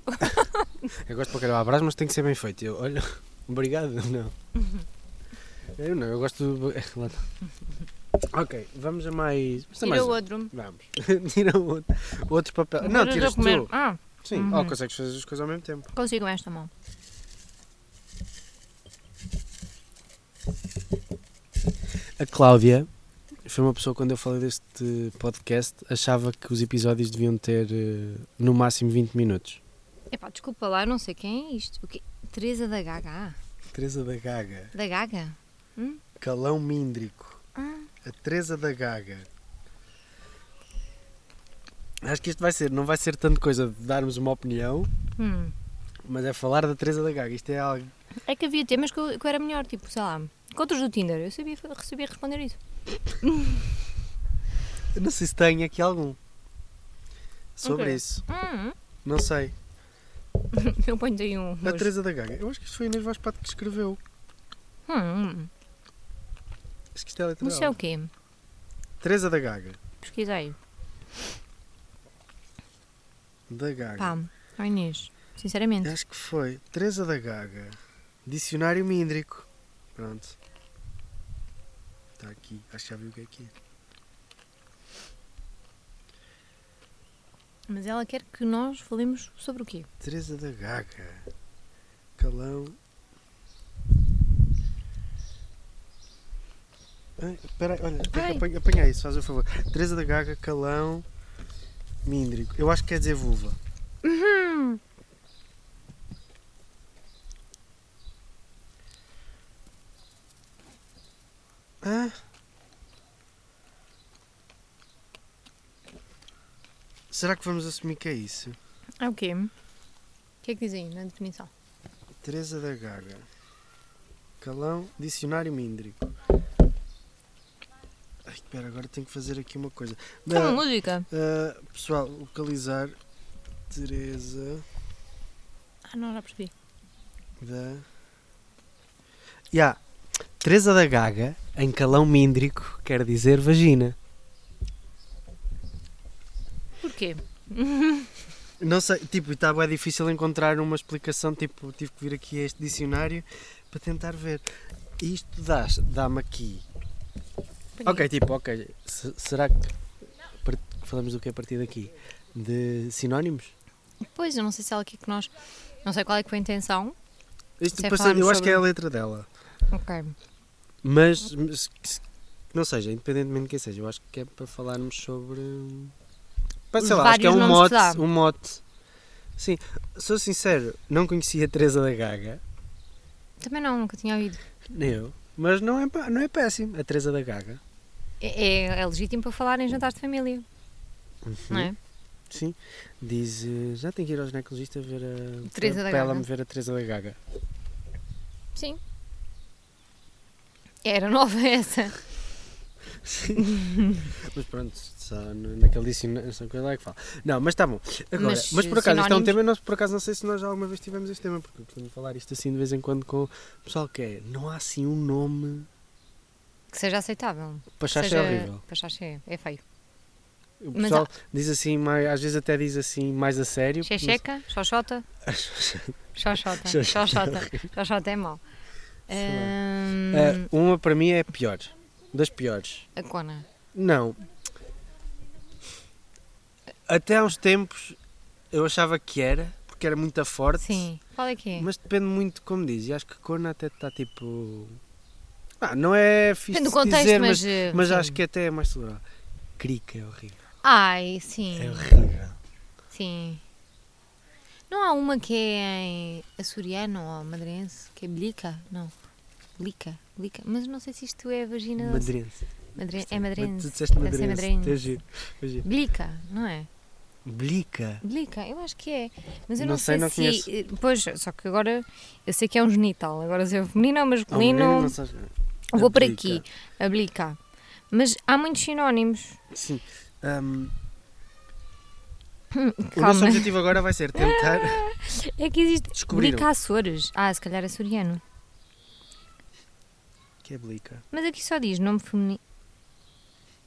Speaker 2: Eu gosto para caramba brás, mas tem que ser bem feito. Eu, olha, (laughs) obrigado,
Speaker 3: (laughs)
Speaker 2: não. Eu não, eu gosto do. (laughs) lá está. Ok, vamos a mais. Vamos a mais
Speaker 3: Tira o
Speaker 2: um.
Speaker 3: outro.
Speaker 2: Vamos. (laughs) tira o outro, o outro papel. não,
Speaker 3: Mas eu
Speaker 2: tiras
Speaker 3: vou comer.
Speaker 2: tu.
Speaker 3: Ah,
Speaker 2: Sim,
Speaker 3: Uhum.
Speaker 2: oh, consegues fazer as coisas ao mesmo tempo.
Speaker 3: consigo esta mão.
Speaker 2: A Cláudia foi uma pessoa, quando eu falei deste podcast, achava que os episódios deviam ter eh, no máximo 20 minutos.
Speaker 3: Epá, desculpa lá, eu não sei quem é isto. O quê? Teresa da Gaga? Ah,
Speaker 2: Teresa da Gaga,
Speaker 3: Da Gaga?
Speaker 2: Calão Míndrico.
Speaker 3: Ah.
Speaker 2: A Teresa da Gaga. Acho que isto vai ser, não vai ser tanto coisa de darmos uma opinião,
Speaker 3: Hum.
Speaker 2: mas é falar da Teresa da Gaga. Isto é algo.
Speaker 3: É que havia temas que eu, que eu era melhor, tipo, sei lá, encontros do Tinder. Eu sabia, fa- sabia responder isso.
Speaker 2: Eu não sei se tem aqui algum. Sobre
Speaker 3: Ok.
Speaker 2: isso.
Speaker 3: Hum.
Speaker 2: Não sei.
Speaker 3: Eu ponho aí um.
Speaker 2: A
Speaker 3: hoje.
Speaker 2: Teresa da Gaga. Eu acho que isto foi a Inês Vaz Pato que escreveu.
Speaker 3: Hum.
Speaker 2: Acho que isto é a letra
Speaker 3: Mas isso é
Speaker 2: dela.
Speaker 3: o quê?
Speaker 2: Teresa da Gaga.
Speaker 3: Pesquisa aí.
Speaker 2: Da Gaga.
Speaker 3: Pá, ó Inês, sinceramente.
Speaker 2: Acho que foi. Teresa da Gaga. Dicionário Míndrico. Pronto. Está aqui. Acho que já vi o que é que é.
Speaker 3: Mas ela quer que nós falemos sobre o quê?
Speaker 2: Teresa da Gaga. Calão. Ai, Espera aí, olha,
Speaker 3: Ai.
Speaker 2: apanha, apanha isso, faz o favor. Teresa da Gaga, Calão, Míndrico. Eu acho que quer dizer vulva.
Speaker 3: Uhum.
Speaker 2: Ah. Será que vamos assumir que é isso?
Speaker 3: É o quê? O que é que diz aí na definição?
Speaker 2: Teresa da Gaga. Calão, dicionário míndrico. Ai, espera, agora tenho que fazer aqui uma coisa.
Speaker 3: É uma
Speaker 2: Não,
Speaker 3: música.
Speaker 2: ah, pessoal, localizar Teresa
Speaker 3: Ah, não, já percebi.
Speaker 2: da. Ya. Teresa da Gaga, em calão míndrico, quer dizer vagina.
Speaker 3: Porquê?
Speaker 2: Não sei, tipo, está bem difícil encontrar uma explicação, tipo, tive que vir aqui a este dicionário para tentar ver. Isto dá- dá-me aqui. Ok, tipo, ok. se- será que par- falamos do que a partir daqui? De sinónimos?
Speaker 3: Pois, eu não sei se ela aqui que nós. Não sei qual é que foi a intenção.
Speaker 2: Isto
Speaker 3: Quer
Speaker 2: depois-
Speaker 3: falarmos
Speaker 2: eu acho que é a
Speaker 3: sobre-
Speaker 2: letra dela.
Speaker 3: Ok.
Speaker 2: Mas, mas que se- não seja, independentemente de quem seja, eu acho que é para falarmos sobre. Pá, sei
Speaker 3: Os
Speaker 2: lá, acho que é
Speaker 3: vários
Speaker 2: um
Speaker 3: nomes que
Speaker 2: mote,
Speaker 3: dá.
Speaker 2: um mote. Sim, sou sincero, não conhecia a Teresa da Gaga,
Speaker 3: Também não, nunca tinha ouvido.
Speaker 2: nem eu, mas não é, pá- não é péssimo a Teresa da Gaga.
Speaker 3: É, é- é legítimo para falar em jantares de família, não é?
Speaker 2: Uhum. Sim, diz. eh, Já tem que ir ao ginecologista ver a.
Speaker 3: Teresa da
Speaker 2: para ela
Speaker 3: Gaga.
Speaker 2: me ver a Teresa da Gaga.
Speaker 3: Sim. Era nova (laughs) essa.
Speaker 2: Mas pronto, só n- naquele dicionário, essa coisa lá é que fala. Não, mas está bom. Agora, mas,
Speaker 3: Mas,
Speaker 2: por acaso, isto é um
Speaker 3: sinónimos?
Speaker 2: tema, nós por acaso não sei se nós já alguma vez tivemos este tema, porque eu costumo falar isto assim de vez em quando com o pessoal que é, não há assim um nome
Speaker 3: Que seja aceitável.
Speaker 2: para
Speaker 3: Seja
Speaker 2: chacha é horrível.
Speaker 3: Pachacha é, é feio.
Speaker 2: O
Speaker 3: mas
Speaker 2: pessoal diz assim, mais, às vezes até diz assim mais a sério. porque não
Speaker 3: Checheca,
Speaker 2: (laughs)
Speaker 3: xoxota. Xoxota.
Speaker 2: Xoxota.
Speaker 3: Xoxota. Xoxota é mau.
Speaker 2: sei.
Speaker 3: Ahm,
Speaker 2: Ah, uma para mim é pior, das piores.
Speaker 3: a cona.
Speaker 2: É. Não. Até há uns tempos eu achava que era, porque era muito forte.
Speaker 3: Sim. Qual é que é?
Speaker 2: Mas depende muito, como diz, e acho que corno até está tipo. Ah, não é fixe
Speaker 3: Depende do
Speaker 2: de se
Speaker 3: contexto,
Speaker 2: dizer,
Speaker 3: mas.
Speaker 2: mas,
Speaker 3: eh,
Speaker 2: mas
Speaker 3: sim.
Speaker 2: acho que até é mais tolerável. Crica é horrível.
Speaker 3: Ai, sim.
Speaker 2: É horrível.
Speaker 3: Sim. Não há uma que é em açoriano ou madrense, que é blica? Não. Blica, blica. Mas não sei se isto é vagina.
Speaker 2: Madrense.
Speaker 3: Madre- É
Speaker 2: Mas Tu
Speaker 3: madrense.
Speaker 2: disseste
Speaker 3: Deve ser
Speaker 2: madrense.
Speaker 3: madrense.
Speaker 2: É giro. é giro.
Speaker 3: Blica, não é?
Speaker 2: Blica.
Speaker 3: Blica, eu acho que é. Mas eu
Speaker 2: Não
Speaker 3: não,
Speaker 2: sei,
Speaker 3: sei,
Speaker 2: não
Speaker 3: se. eh, Pois, só que agora eu sei que é um genital. Agora se é feminino ou
Speaker 2: Ah, o menino
Speaker 3: masculino,
Speaker 2: não sabe-
Speaker 3: vou por
Speaker 2: Blica.
Speaker 3: aqui. A blica. Mas há muitos sinónimos.
Speaker 2: Sim.
Speaker 3: (laughs)
Speaker 2: Ahm, o nosso
Speaker 3: Calma.
Speaker 2: objetivo agora vai ser
Speaker 3: (laughs)
Speaker 2: tentar.
Speaker 3: É que existe.
Speaker 2: Descobriram.
Speaker 3: Blica Açores. Ah, se calhar açoriano.
Speaker 2: que é blica?
Speaker 3: Mas aqui só diz nome feminino.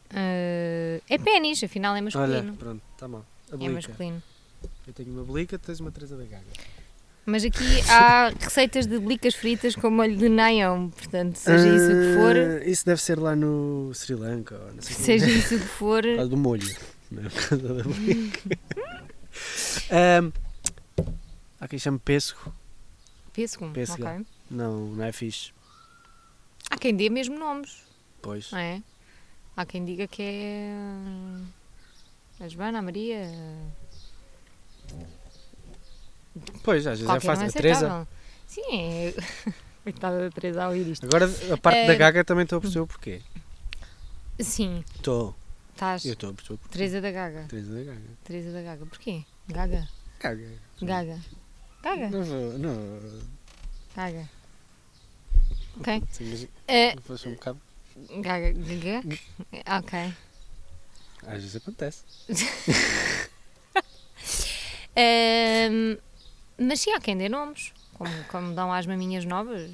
Speaker 3: Ah, é pênis, afinal é
Speaker 2: Olha,
Speaker 3: masculino.
Speaker 2: pronto, está mal. A
Speaker 3: é
Speaker 2: blica.
Speaker 3: masculino.
Speaker 2: Eu tenho uma blica, tens uma Teresa da Gaga.
Speaker 3: Mas aqui há receitas de blicas fritas com molho de neon. Portanto, seja isso o que for,
Speaker 2: Ah, Isso deve ser lá no Sri Lanka. ou não sei onde.
Speaker 3: seja isso o que for.
Speaker 2: Por causa do molho. Não é (laughs) por causa da briga. (laughs) Ahm, há quem chame pêssego.
Speaker 3: Pêssego,
Speaker 2: Pêssego.
Speaker 3: ok.
Speaker 2: Não, não é fixe.
Speaker 3: Há quem dê mesmo nomes,
Speaker 2: Pois.
Speaker 3: não é? Há quem diga que é. A Joana, a Maria.
Speaker 2: Pois, às vezes é
Speaker 3: qualquer
Speaker 2: fácil.
Speaker 3: não é
Speaker 2: A Teresa.
Speaker 3: aceitável. Sim, é. (laughs) Coitada da Teresa a ouvir isto.
Speaker 2: Agora, a parte da
Speaker 3: Eh,
Speaker 2: gaga também estou a perceber o porquê.
Speaker 3: Sim,
Speaker 2: Estou.
Speaker 3: estás.
Speaker 2: Eu estou a perceber o porquê.
Speaker 3: Teresa da Gaga.
Speaker 2: Teresa da gaga.
Speaker 3: Teresa da Gaga. Porquê? Gaga.
Speaker 2: Gaga.
Speaker 3: Gaga. Gaga.
Speaker 2: Não vou. Não.
Speaker 3: Gaga. Ok.
Speaker 2: Sim, mas
Speaker 3: Eh,
Speaker 2: fosse um bocado.
Speaker 3: gaga. Gaga. Ok.
Speaker 2: Às vezes acontece.
Speaker 3: Ehm, mas sim, há quem dê nomes. Como, como dão às maminhas novas.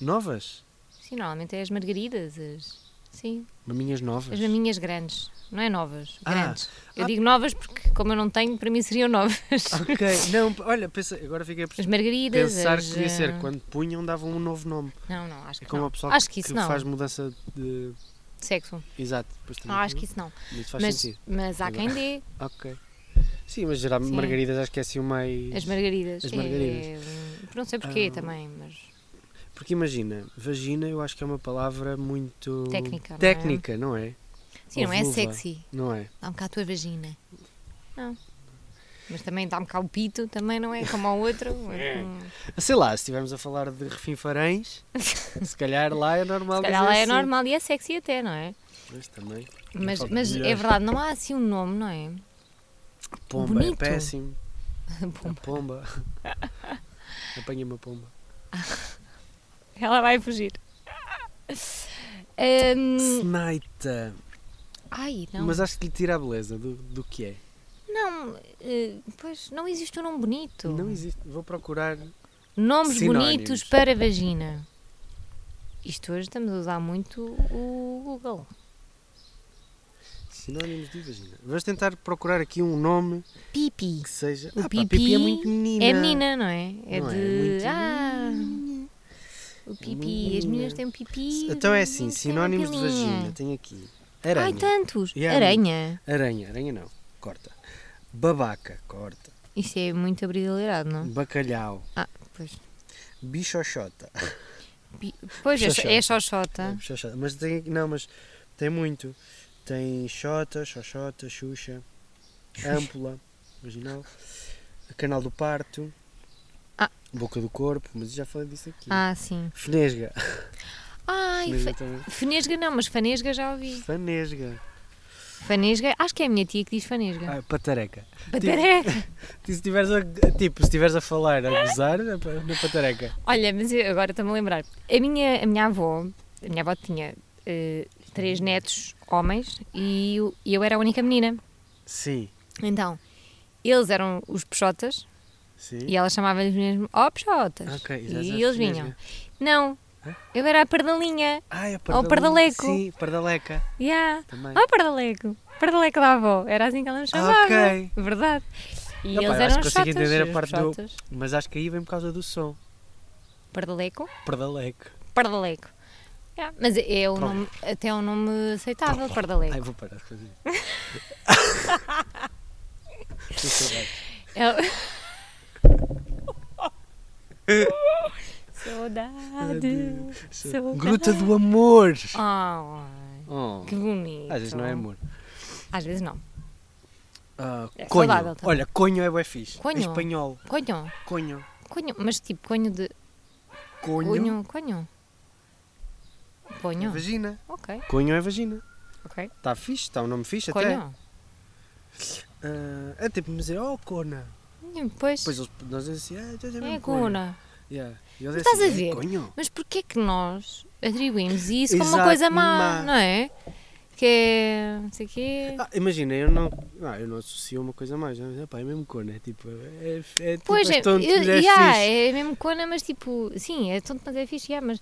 Speaker 2: Novas?
Speaker 3: Sim, normalmente é as margaridas, as... Sim,
Speaker 2: Maminhas
Speaker 3: as
Speaker 2: novas?
Speaker 3: maminhas grandes, não é novas,
Speaker 2: Ah,
Speaker 3: grandes. Eu
Speaker 2: ah.
Speaker 3: digo novas porque, como eu não tenho, para mim seriam novas.
Speaker 2: Ok, não, olha, pensei, agora fiquei a
Speaker 3: (laughs) As
Speaker 2: perceber.
Speaker 3: margaridas,
Speaker 2: Pensar
Speaker 3: as...
Speaker 2: que devia
Speaker 3: eh,
Speaker 2: ser quando punham, davam um novo nome.
Speaker 3: Não, não, acho que
Speaker 2: É como
Speaker 3: não.
Speaker 2: o pessoal
Speaker 3: acho que isso não,
Speaker 2: faz mudança de.
Speaker 3: sexo.
Speaker 2: Exato, depois também.
Speaker 3: Ah, acho que isso não.
Speaker 2: Isso faz
Speaker 3: Mas,
Speaker 2: sentido.
Speaker 3: mas há quem dê
Speaker 2: Ok. Sim, mas geral,
Speaker 3: Sim.
Speaker 2: margaridas acho que é assim o mais.
Speaker 3: as margaridas.
Speaker 2: As
Speaker 3: sim,
Speaker 2: margaridas.
Speaker 3: é, hum, não sei porquê
Speaker 2: Ah.
Speaker 3: também, mas...
Speaker 2: Porque imagina, vagina eu acho que é uma palavra muito.
Speaker 3: Técnica, não é?
Speaker 2: Técnica, não é?
Speaker 3: Sim, não
Speaker 2: Ou
Speaker 3: é
Speaker 2: vulva.
Speaker 3: sexy.
Speaker 2: Não é?
Speaker 3: Dá-me cá a tua vagina. Não. Mas também dá-me cá o pito, também não é como
Speaker 2: (laughs)
Speaker 3: ao outro. é como-
Speaker 2: Sei lá, se estivermos a falar de
Speaker 3: (laughs)
Speaker 2: refinfarães, se calhar lá é normal
Speaker 3: Se calhar lá
Speaker 2: dizer
Speaker 3: é
Speaker 2: assim.
Speaker 3: normal e é sexy até, não é?
Speaker 2: Pois também.
Speaker 3: Mas,
Speaker 2: falta
Speaker 3: mas
Speaker 2: de
Speaker 3: é
Speaker 2: mulheres.
Speaker 3: verdade, não há assim um nome, não é?
Speaker 2: Pomba
Speaker 3: Bonito.
Speaker 2: é
Speaker 3: (laughs)
Speaker 2: péssimo.
Speaker 3: Bom,
Speaker 2: A
Speaker 3: (laughs)
Speaker 2: pomba. Apanha uma pomba.
Speaker 3: ela vai fugir. Hum,
Speaker 2: Snaita.
Speaker 3: ai, não.
Speaker 2: Mas acho que lhe tira a beleza do, do que é.
Speaker 3: Não, eh, pois não existe um nome bonito.
Speaker 2: Não existe. Vou procurar.
Speaker 3: Nomes
Speaker 2: Sinónimos.
Speaker 3: bonitos para vagina. Isto hoje estamos a usar muito o Google.
Speaker 2: Sinónimos de vagina. Vamos tentar procurar aqui um nome
Speaker 3: Pipi.
Speaker 2: que seja.
Speaker 3: O
Speaker 2: ah,
Speaker 3: pipi
Speaker 2: pá, pipi é muito menina.
Speaker 3: É menina, não é? É
Speaker 2: Não é?
Speaker 3: de.
Speaker 2: Muito É
Speaker 3: ah, o
Speaker 2: muito
Speaker 3: pipi. As meninas
Speaker 2: menina.
Speaker 3: têm um pipi.
Speaker 2: Então é
Speaker 3: os
Speaker 2: assim,
Speaker 3: meninos têm uma
Speaker 2: sinónimos de
Speaker 3: pilinha.
Speaker 2: vagina. Tem aqui. Aranha.
Speaker 3: Ai, tá. tantos.
Speaker 2: Yeah.
Speaker 3: Aranha.
Speaker 2: Aranha, aranha não. Corta. Babaca, corta.
Speaker 3: Isto é muito abrileirado,
Speaker 2: Hum.
Speaker 3: não?
Speaker 2: Bacalhau.
Speaker 3: Ah, pois.
Speaker 2: Bichoxota.
Speaker 3: Pi- Pois, é,
Speaker 2: Xoxota.
Speaker 3: é xoxota.
Speaker 2: (laughs) Bichoxota. Mas tem não, mas tem muito. Tem Xota, Xoxota, Xuxa, Ampula, vaginal, Canal do Parto,
Speaker 3: Ah.
Speaker 2: Boca do Corpo, mas já falei disso aqui.
Speaker 3: Ah, sim.
Speaker 2: Fanesga. (laughs)
Speaker 3: Ai,
Speaker 2: Fanesga
Speaker 3: fa-
Speaker 2: também.
Speaker 3: fanesga não, mas fanesga já ouvi.
Speaker 2: Fanesga.
Speaker 3: Fanesga, acho que é a minha tia que diz fanesga.
Speaker 2: Ah, patareca.
Speaker 3: Patareca.
Speaker 2: Se estiveres a, tipo, se estiveres a falar, a gozar, é pa- na patareca.
Speaker 3: (laughs) Olha, mas eu agora estou-me a lembrar. A minha, a minha avó, a minha avó tinha eh, três netos homens e eu, e eu era a única menina.
Speaker 2: Sim,
Speaker 3: Então, eles eram os peixotas
Speaker 2: sim.
Speaker 3: e ela chamava-lhes mesmo, ó peixotas.
Speaker 2: Ok, já- já
Speaker 3: e eles
Speaker 2: fiz mesmo.
Speaker 3: vinham. Não,
Speaker 2: Hã?
Speaker 3: eu era a pardalinha.
Speaker 2: Ah, é
Speaker 3: Ou pardaleco. Ah.
Speaker 2: Sim, pardaleca.
Speaker 3: Yeah.
Speaker 2: Também.
Speaker 3: Ó pardaleco. Pardaleco da avó. Era assim que ela me chamava.
Speaker 2: ok.
Speaker 3: Verdade. E
Speaker 2: Opa,
Speaker 3: eles
Speaker 2: eu acho
Speaker 3: eram
Speaker 2: que
Speaker 3: os
Speaker 2: consigo
Speaker 3: peixotas.
Speaker 2: entender a
Speaker 3: os
Speaker 2: parte do-
Speaker 3: peixotas.
Speaker 2: Mas acho que aí vem por causa do som.
Speaker 3: Pardaleco.
Speaker 2: Pardaleco.
Speaker 3: Pardaleco. Yeah, mas é um
Speaker 2: Pronto.
Speaker 3: nome, até é um nome aceitável, Pardaleco.
Speaker 2: Ai, vou parar de fazer.
Speaker 3: (laughs)
Speaker 2: Estou saudade.
Speaker 3: É o- (laughs) Saudade. Saudade.
Speaker 2: Gruta do amor.
Speaker 3: Oh,
Speaker 2: Oh,
Speaker 3: que bonito.
Speaker 2: Às vezes não é amor.
Speaker 3: Às vezes não.
Speaker 2: Ah,
Speaker 3: É
Speaker 2: conho.
Speaker 3: saudável também.
Speaker 2: Olha, conho é bué fixe.
Speaker 3: Conho?
Speaker 2: Em espanhol.
Speaker 3: Conho.
Speaker 2: Conho.
Speaker 3: Conho. Mas tipo, conho de.
Speaker 2: Conho.
Speaker 3: Conho. Conho.
Speaker 2: é
Speaker 3: Conho.
Speaker 2: Vagina.
Speaker 3: Ok,
Speaker 2: Conho é vagina.
Speaker 3: ok.
Speaker 2: Está fixe, está um nome fixe até.
Speaker 3: Conho.
Speaker 2: Ah, é tipo me dizer, oh, cona.
Speaker 3: E Pois.
Speaker 2: Depois eles, nós dizemos assim, ah, já
Speaker 3: É
Speaker 2: sabemos
Speaker 3: cuna.
Speaker 2: Yeah. E eles
Speaker 3: Mas
Speaker 2: dizem
Speaker 3: estás a ver?
Speaker 2: É conho.
Speaker 3: Mas porquê que nós atribuímos isso como uma
Speaker 2: Exato,
Speaker 3: coisa má,
Speaker 2: má.
Speaker 3: não é? Que é. não sei o quê.
Speaker 2: Ah, imagina, eu não, ah, eu não associo uma coisa a mais, não, é, pá, é mesmo cor, é tipo, é, é tipo,
Speaker 3: Pois
Speaker 2: és
Speaker 3: é,
Speaker 2: tonto,
Speaker 3: eu-
Speaker 2: és
Speaker 3: yeah,
Speaker 2: fixe.
Speaker 3: é mesmo cona, mas tipo, sim, é tonto, mas é fixe, yeah, mas,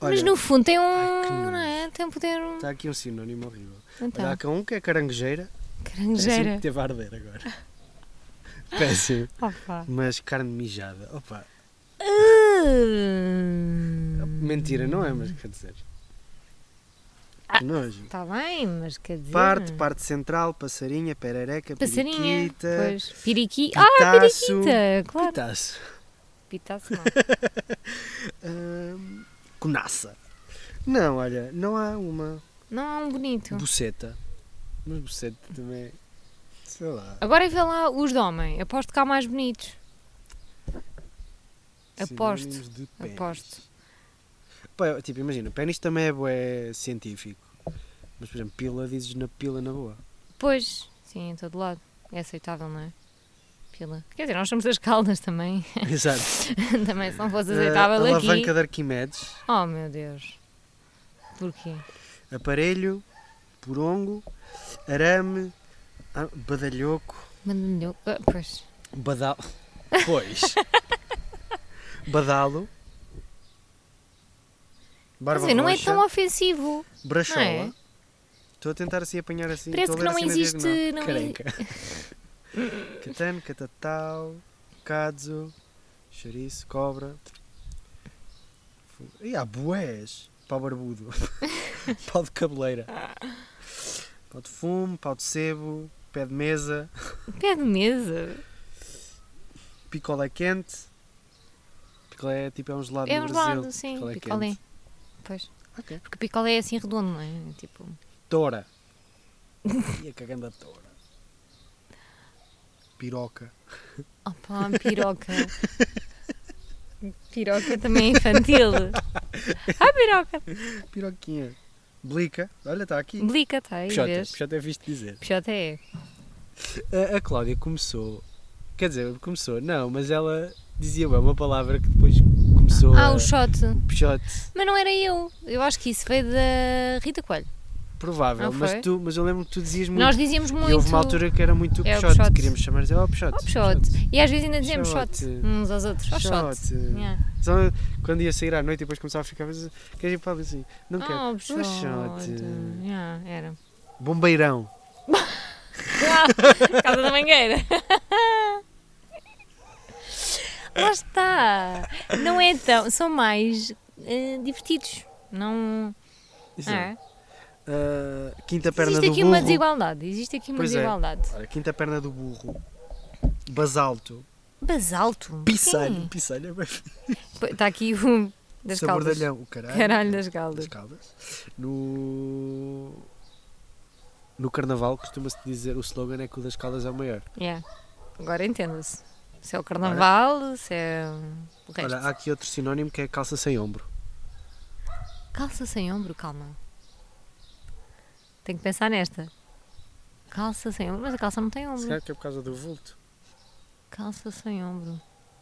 Speaker 3: mas
Speaker 2: Olha,
Speaker 3: no fundo tem um.
Speaker 2: ai, que nojo.
Speaker 3: não é? Tem um poder. Um,
Speaker 2: Está aqui um sinónimo horrível.
Speaker 3: então,
Speaker 2: Olha, assim, há cá um que é caranguejeira, parece-me
Speaker 3: caranguejeira.
Speaker 2: que teve a arder
Speaker 3: (laughs)
Speaker 2: agora. Péssimo.
Speaker 3: Opa.
Speaker 2: Mas carne mijada, opa,
Speaker 3: Ah,
Speaker 2: mentira, não é, mas quer dizer.
Speaker 3: Ah.
Speaker 2: Que nojo.
Speaker 3: Tá bem, mas quer dizer.
Speaker 2: Parte, parte central, passarinha, perereca,
Speaker 3: Passarinha.
Speaker 2: periquita,
Speaker 3: Pois. Piriqui. Ah,
Speaker 2: pitaço,
Speaker 3: piriquita, claro.
Speaker 2: pitaço,
Speaker 3: Pitaço
Speaker 2: (laughs)
Speaker 3: não.
Speaker 2: hum, conaça. Não, olha, não há uma...
Speaker 3: Não há um bonito.
Speaker 2: Buceta. Mas buceta também. Sei lá.
Speaker 3: Agora vê lá os de homem. Aposto que há mais bonitos. Aposto.
Speaker 2: Sinónimos de pênis.
Speaker 3: Aposto.
Speaker 2: Pá, eu, tipo, imagina, pênis também é bué científico. Mas, por exemplo, pila dizes na pila na
Speaker 3: (laughs)
Speaker 2: boa.
Speaker 3: Pois, sim, em todo lado. É aceitável, não é? Pila. Quer dizer, nós somos das caldas também.
Speaker 2: Exato.
Speaker 3: (laughs) também, se não fosse
Speaker 2: Ah,
Speaker 3: aceitável aqui.
Speaker 2: alavanca de Arquimedes.
Speaker 3: Oh meu Deus. Porquê?
Speaker 2: Aparelho. Porongo. Arame. ah, Badalhoco.
Speaker 3: Mandalho. Ah, pois.
Speaker 2: Badal... Pois. Badalo.
Speaker 3: Quer
Speaker 2: Barba
Speaker 3: dizer, não é
Speaker 2: roxa,
Speaker 3: tão ofensivo.
Speaker 2: Brachola.
Speaker 3: não é?
Speaker 2: Estou a tentar assim apanhar assim.
Speaker 3: Parece
Speaker 2: estou a
Speaker 3: que
Speaker 2: ler
Speaker 3: não
Speaker 2: assim na
Speaker 3: existe-
Speaker 2: diagonal.
Speaker 3: não
Speaker 2: Careca. Catano, catatau, cadzo, chouriço, cobra. E há bués. Pau
Speaker 3: (laughs)
Speaker 2: barbudo. pau de cabeleira. Pau de fumo, pau de sebo, pé de mesa,
Speaker 3: Pé de mesa.
Speaker 2: picolé quente. picolé é tipo é um gelado
Speaker 3: É
Speaker 2: no
Speaker 3: um
Speaker 2: Brasil.
Speaker 3: gelado, sim.
Speaker 2: Picolé
Speaker 3: Picolé.
Speaker 2: quente.
Speaker 3: Pois.
Speaker 2: Ok.
Speaker 3: Porque picolé é assim redondo, não é? Tipo.
Speaker 2: Tora. (laughs) e a cagando a tora. Piroca.
Speaker 3: Opa,
Speaker 2: (laughs)
Speaker 3: piroca. piroca também é
Speaker 2: (laughs)
Speaker 3: infantil. Ah, piroca.
Speaker 2: Piroquinha. Blica. Olha, está aqui.
Speaker 3: Blica, tá aí,
Speaker 2: Peixota.
Speaker 3: vês?
Speaker 2: Peixota é visto dizer.
Speaker 3: Peixota é.
Speaker 2: A, a Cláudia começou. Quer dizer, começou, não, mas ela dizia bem uma palavra que depois começou
Speaker 3: Ah,
Speaker 2: a.
Speaker 3: o shot.
Speaker 2: Peixote.
Speaker 3: Mas não era eu. Eu acho que isso veio da Rita Coelho.
Speaker 2: Provável,
Speaker 3: Não foi?
Speaker 2: mas, tu, mas eu lembro que tu dizias muito.
Speaker 3: Nós dizíamos muito.
Speaker 2: E houve uma altura que era muito
Speaker 3: É o
Speaker 2: Peixote.
Speaker 3: Peixote.
Speaker 2: Queríamos chamar de oh, Peixote.
Speaker 3: Oh, peixote. E às vezes ainda dizemos shot.
Speaker 2: Shot.
Speaker 3: uns aos outros. Oh, shot.
Speaker 2: Peixote.
Speaker 3: Yeah.
Speaker 2: Só quando ia sair à noite e depois começava a ficar. "Mas, Queres ir para ali assim? Não quero.
Speaker 3: Oh, peixote.
Speaker 2: shot.
Speaker 3: Yeah, era. (laughs)
Speaker 2: Bombeirão.
Speaker 3: Ah, Casa da Mangueira. (laughs) Lá está. Não é tão. São mais eh, divertidos. Não.
Speaker 2: Isso é.
Speaker 3: Ah,
Speaker 2: Ah, quinta perna
Speaker 3: existe
Speaker 2: do
Speaker 3: aqui
Speaker 2: burro.
Speaker 3: uma desigualdade. Existe aqui uma
Speaker 2: Pois é.
Speaker 3: desigualdade.
Speaker 2: Olha, quinta perna do burro. Basalto.
Speaker 3: Basalto.
Speaker 2: Pissalho.
Speaker 3: Sim.
Speaker 2: Pissalho é bem
Speaker 3: Pô, Está aqui o. Das caldas.
Speaker 2: Sabordalhão. O caralho.
Speaker 3: Caralho das caldas.
Speaker 2: Das caldas. No... No carnaval costuma-se dizer, o slogan é que o das caldas é o maior.
Speaker 3: Yeah. Agora entenda-se. Se é o carnaval, se é o resto.
Speaker 2: Olha, há aqui outro sinónimo que é calça sem ombro.
Speaker 3: Calça sem ombro, calma. Tenho que pensar nesta. Calça sem ombro, mas a calça não tem
Speaker 2: Se
Speaker 3: ombro.
Speaker 2: calhar que é por causa do vulto.
Speaker 3: Calça sem ombro.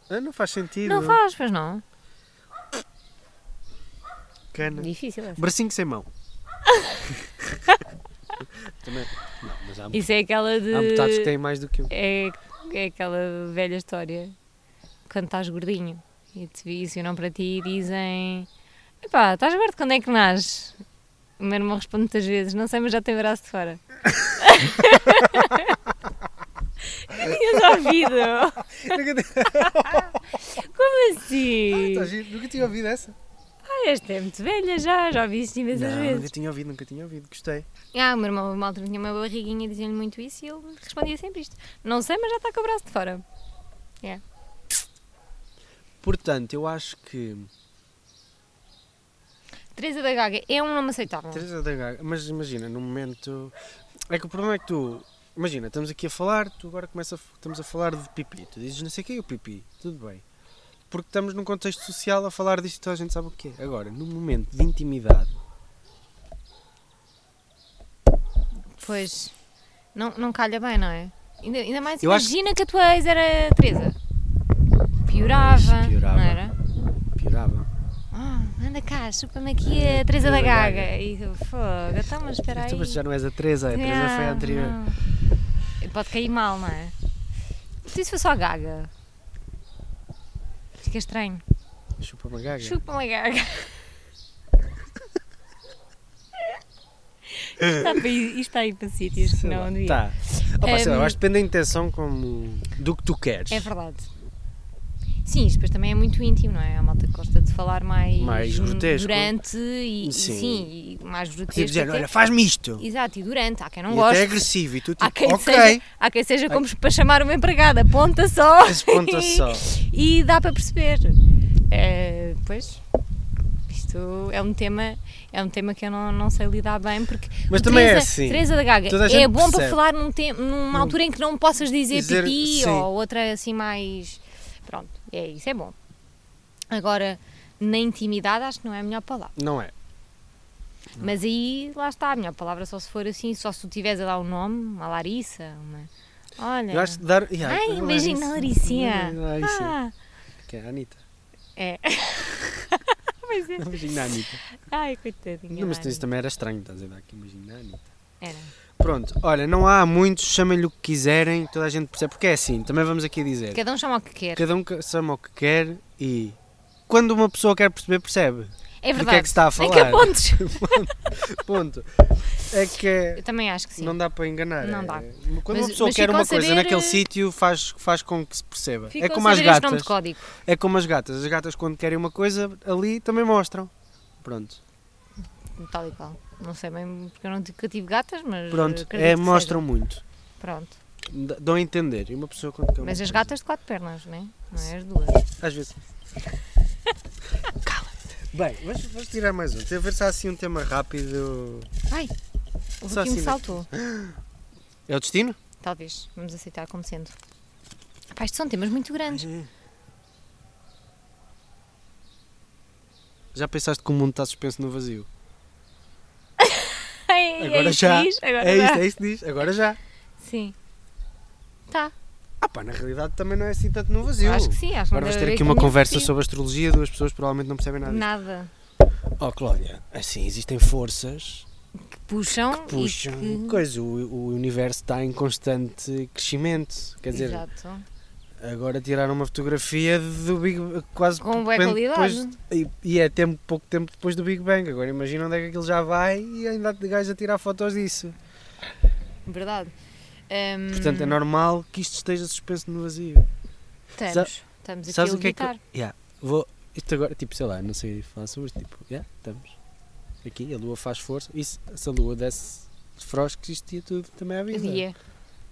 Speaker 2: Ah, não faz sentido.
Speaker 3: Não faz, pois não.
Speaker 2: Cana.
Speaker 3: Difícil essa.
Speaker 2: Bracinho sem
Speaker 3: (laughs)
Speaker 2: mão. Também. Não, mas há,
Speaker 3: Isso é aquela de.
Speaker 2: há metades que têm mais do que um.
Speaker 3: é, é aquela velha história. Quando estás gordinho e te visionam para ti e dizem: Epá, estás gordo quando é que nasces? O meu irmão responde muitas vezes: Não sei, mas já tem braço de fora. (laughs) Eu tinha ouvido! Como assim?
Speaker 2: Nunca tinha (laughs) ouvido essa.
Speaker 3: Ah, esta é muito velha já, já ouvi isto imensas
Speaker 2: Não, nunca
Speaker 3: vezes.
Speaker 2: tinha ouvido, nunca tinha ouvido. Gostei.
Speaker 3: Ah, o meu irmão mal tinha uma barriguinha dizia-lhe muito isso e ele respondia sempre isto: Não sei, mas já está com o braço de fora.
Speaker 2: Portanto, eu acho que.
Speaker 3: Teresa da Gaga é um nome aceitável.
Speaker 2: Teresa da Gaga, mas imagina, no momento. É que o problema é que tu. Imagina, estamos aqui a falar, tu agora começa a, estamos a falar de pipi. Tu dizes não sei o que é o pipi, tudo bem. Porque estamos num contexto social a falar disto e toda a gente sabe o que é. Agora, num momento de intimidade,
Speaker 3: Pois, não, não calha bem, não é? Ainda, ainda mais,
Speaker 2: Eu acho-
Speaker 3: imagina que a tua ex era a Teresa. Piorava,
Speaker 2: Pois, piorava.
Speaker 3: não era?
Speaker 2: piorava.
Speaker 3: Oh, anda cá, chupa-me aqui
Speaker 2: É,
Speaker 3: a Teresa da Gaga. E eu, fogo, então, mas espera aí.
Speaker 2: Tu, mas já não és a Teresa, a Teresa foi a
Speaker 3: Ah,
Speaker 2: anterior.
Speaker 3: não. Pode cair mal, não é? Se isso foi só Gaga. Fica estranho.
Speaker 2: Chupa uma gaga.
Speaker 3: Chupa-me a
Speaker 2: (laughs)
Speaker 3: Gaga. Isto está para ir- isto está aí para sítios que
Speaker 2: Sei
Speaker 3: não
Speaker 2: lá.
Speaker 3: devia.
Speaker 2: Tá. Opa, sei lá, eu
Speaker 3: Hum.
Speaker 2: acho que depende da intenção como, do que tu queres. Tipo,
Speaker 3: É verdade. Sim, isto depois também é muito íntimo, não é? A malta gosta de falar mais,
Speaker 2: Mais grotesco.
Speaker 3: durante e, e
Speaker 2: Sim.
Speaker 3: sim. e mais
Speaker 2: Tipo,
Speaker 3: grotesco.
Speaker 2: dizer,
Speaker 3: até.
Speaker 2: olha, faz-me isto.
Speaker 3: Exato, e durante, há quem não
Speaker 2: e até
Speaker 3: goste.
Speaker 2: é agressivo. E tu, tipo,
Speaker 3: Há quem,
Speaker 2: ok.
Speaker 3: seja, há quem seja como para chamar uma empregada, ponta só.
Speaker 2: Esse
Speaker 3: (laughs)
Speaker 2: ponto é só.
Speaker 3: e dá para perceber. Eh, pois, isto é um tema, é um tema que eu não, não sei lidar bem porque
Speaker 2: Mas
Speaker 3: o
Speaker 2: também é
Speaker 3: Teresa-
Speaker 2: assim.
Speaker 3: Teresa da Gaga
Speaker 2: Toda a
Speaker 3: é
Speaker 2: gente
Speaker 3: bom para
Speaker 2: percebe.
Speaker 3: falar num tem- numa
Speaker 2: Num-
Speaker 3: altura em que não possas dizer,
Speaker 2: Dizer-
Speaker 3: pipi
Speaker 2: sim.
Speaker 3: ou outra assim mais pronto, é isso, é bom. Agora na intimidade acho que não é a melhor palavra.
Speaker 2: Não é.
Speaker 3: Mas aí lá está, a melhor palavra só se for assim, só se tu tiveres a dar um nome, uma Larissa, uma. Olha.
Speaker 2: Eu acho que dar. Yeah,
Speaker 3: Ai,
Speaker 2: não é
Speaker 3: imagina a
Speaker 2: isso.
Speaker 3: Laricinha.
Speaker 2: Não é isso.
Speaker 3: Ah,
Speaker 2: Que é a Anitta. (laughs)
Speaker 3: é. (laughs) Pois é.
Speaker 2: Imagina a Anitta.
Speaker 3: Ai, coitadinha.
Speaker 2: Não, mas
Speaker 3: Lari.
Speaker 2: isso também era estranho, estás a ver aqui, imagina a Anitta.
Speaker 3: Era.
Speaker 2: Pronto, olha, não há muitos, chamem-lhe o que quiserem, toda a gente percebe, porque é assim, também vamos aqui dizer.
Speaker 3: Cada um chama o que quer.
Speaker 2: Cada um ca- chama o que quer e quando uma pessoa quer perceber, percebe.
Speaker 3: É
Speaker 2: do
Speaker 3: verdade.
Speaker 2: que é que se está a
Speaker 3: Em
Speaker 2: falar?
Speaker 3: que pontos?
Speaker 2: (laughs) Ponto. É que
Speaker 3: Eu
Speaker 2: é-
Speaker 3: também acho que sim.
Speaker 2: não dá para enganar.
Speaker 3: Não
Speaker 2: é-
Speaker 3: dá.
Speaker 2: Quando
Speaker 3: Mas-
Speaker 2: uma pessoa
Speaker 3: mas
Speaker 2: quer
Speaker 3: ficam
Speaker 2: uma
Speaker 3: a
Speaker 2: coisa
Speaker 3: saber,
Speaker 2: naquele
Speaker 3: eh,
Speaker 2: sítio, faz, faz com que se perceba.
Speaker 3: Ficam
Speaker 2: é como
Speaker 3: a
Speaker 2: as
Speaker 3: saber este nome
Speaker 2: gatas.
Speaker 3: de código.
Speaker 2: É como as gatas. As gatas quando querem uma coisa, ali também mostram. Pronto.
Speaker 3: Tal e qual. Não sei bem porque eu não nunca tive gatas, mas.
Speaker 2: Pronto.
Speaker 3: acredito
Speaker 2: É, um-
Speaker 3: que
Speaker 2: mostram muito.
Speaker 3: seja. Pronto.
Speaker 2: D- Dão a entender. E uma pessoa quando quer uma
Speaker 3: Mas né? as
Speaker 2: coisa- (laughs)
Speaker 3: gatas de quatro pernas, não é? Não é as duas.
Speaker 2: Às vezes. Bem, mas vamos tirar mais um. Tem a ver se há assim um tema rápido.
Speaker 3: Ai, houve
Speaker 2: Só
Speaker 3: aqui um
Speaker 2: assim,
Speaker 3: saltou.
Speaker 2: É o destino?
Speaker 3: Talvez, vamos aceitar como sendo. Pá, isto são temas muito grandes.
Speaker 2: Já pensaste que o mundo está suspenso no vazio?
Speaker 3: (laughs) Ai,
Speaker 2: Agora
Speaker 3: é isto
Speaker 2: já.
Speaker 3: que diz? Agora
Speaker 2: é
Speaker 3: já.
Speaker 2: isto, é isto que diz. Agora já.
Speaker 3: Sim. Tá,
Speaker 2: Ah pá, na realidade também não é assim tanto no vazio.
Speaker 3: acho que sim. Acho que
Speaker 2: Agora
Speaker 3: não
Speaker 2: vamos
Speaker 3: deve
Speaker 2: ter
Speaker 3: haver
Speaker 2: aqui uma
Speaker 3: caminho
Speaker 2: conversa
Speaker 3: possível.
Speaker 2: sobre astrologia, duas pessoas provavelmente não percebem nada.
Speaker 3: Nada.
Speaker 2: Oh Cláudia, assim existem forças
Speaker 3: Que puxam,
Speaker 2: que puxam
Speaker 3: e que...
Speaker 2: coisa, o, o universo está em constante crescimento. Quer dizer,
Speaker 3: Exato.
Speaker 2: agora tiraram uma fotografia do Big quase
Speaker 3: Com boa
Speaker 2: pen-
Speaker 3: qualidade.
Speaker 2: depois- e, e é tempo, pouco tempo depois do Big Bang. Agora imagina onde é que aquilo já vai e ainda há de gajos a tirar fotos disso.
Speaker 3: Verdade. Ehm, Ahm,
Speaker 2: Portanto, é normal que isto esteja suspenso no vazio.
Speaker 3: Estamos, estamos aqui
Speaker 2: Sabes
Speaker 3: a
Speaker 2: o que é que.
Speaker 3: levitar.
Speaker 2: Yeah, vou. Isto agora, tipo, sei lá, não sei falar sobre isto. Tipo, yeah, estamos. Aqui, a lua faz força. E se, se a lua desse froscos, isto ia tudo também à vida.
Speaker 3: Havia.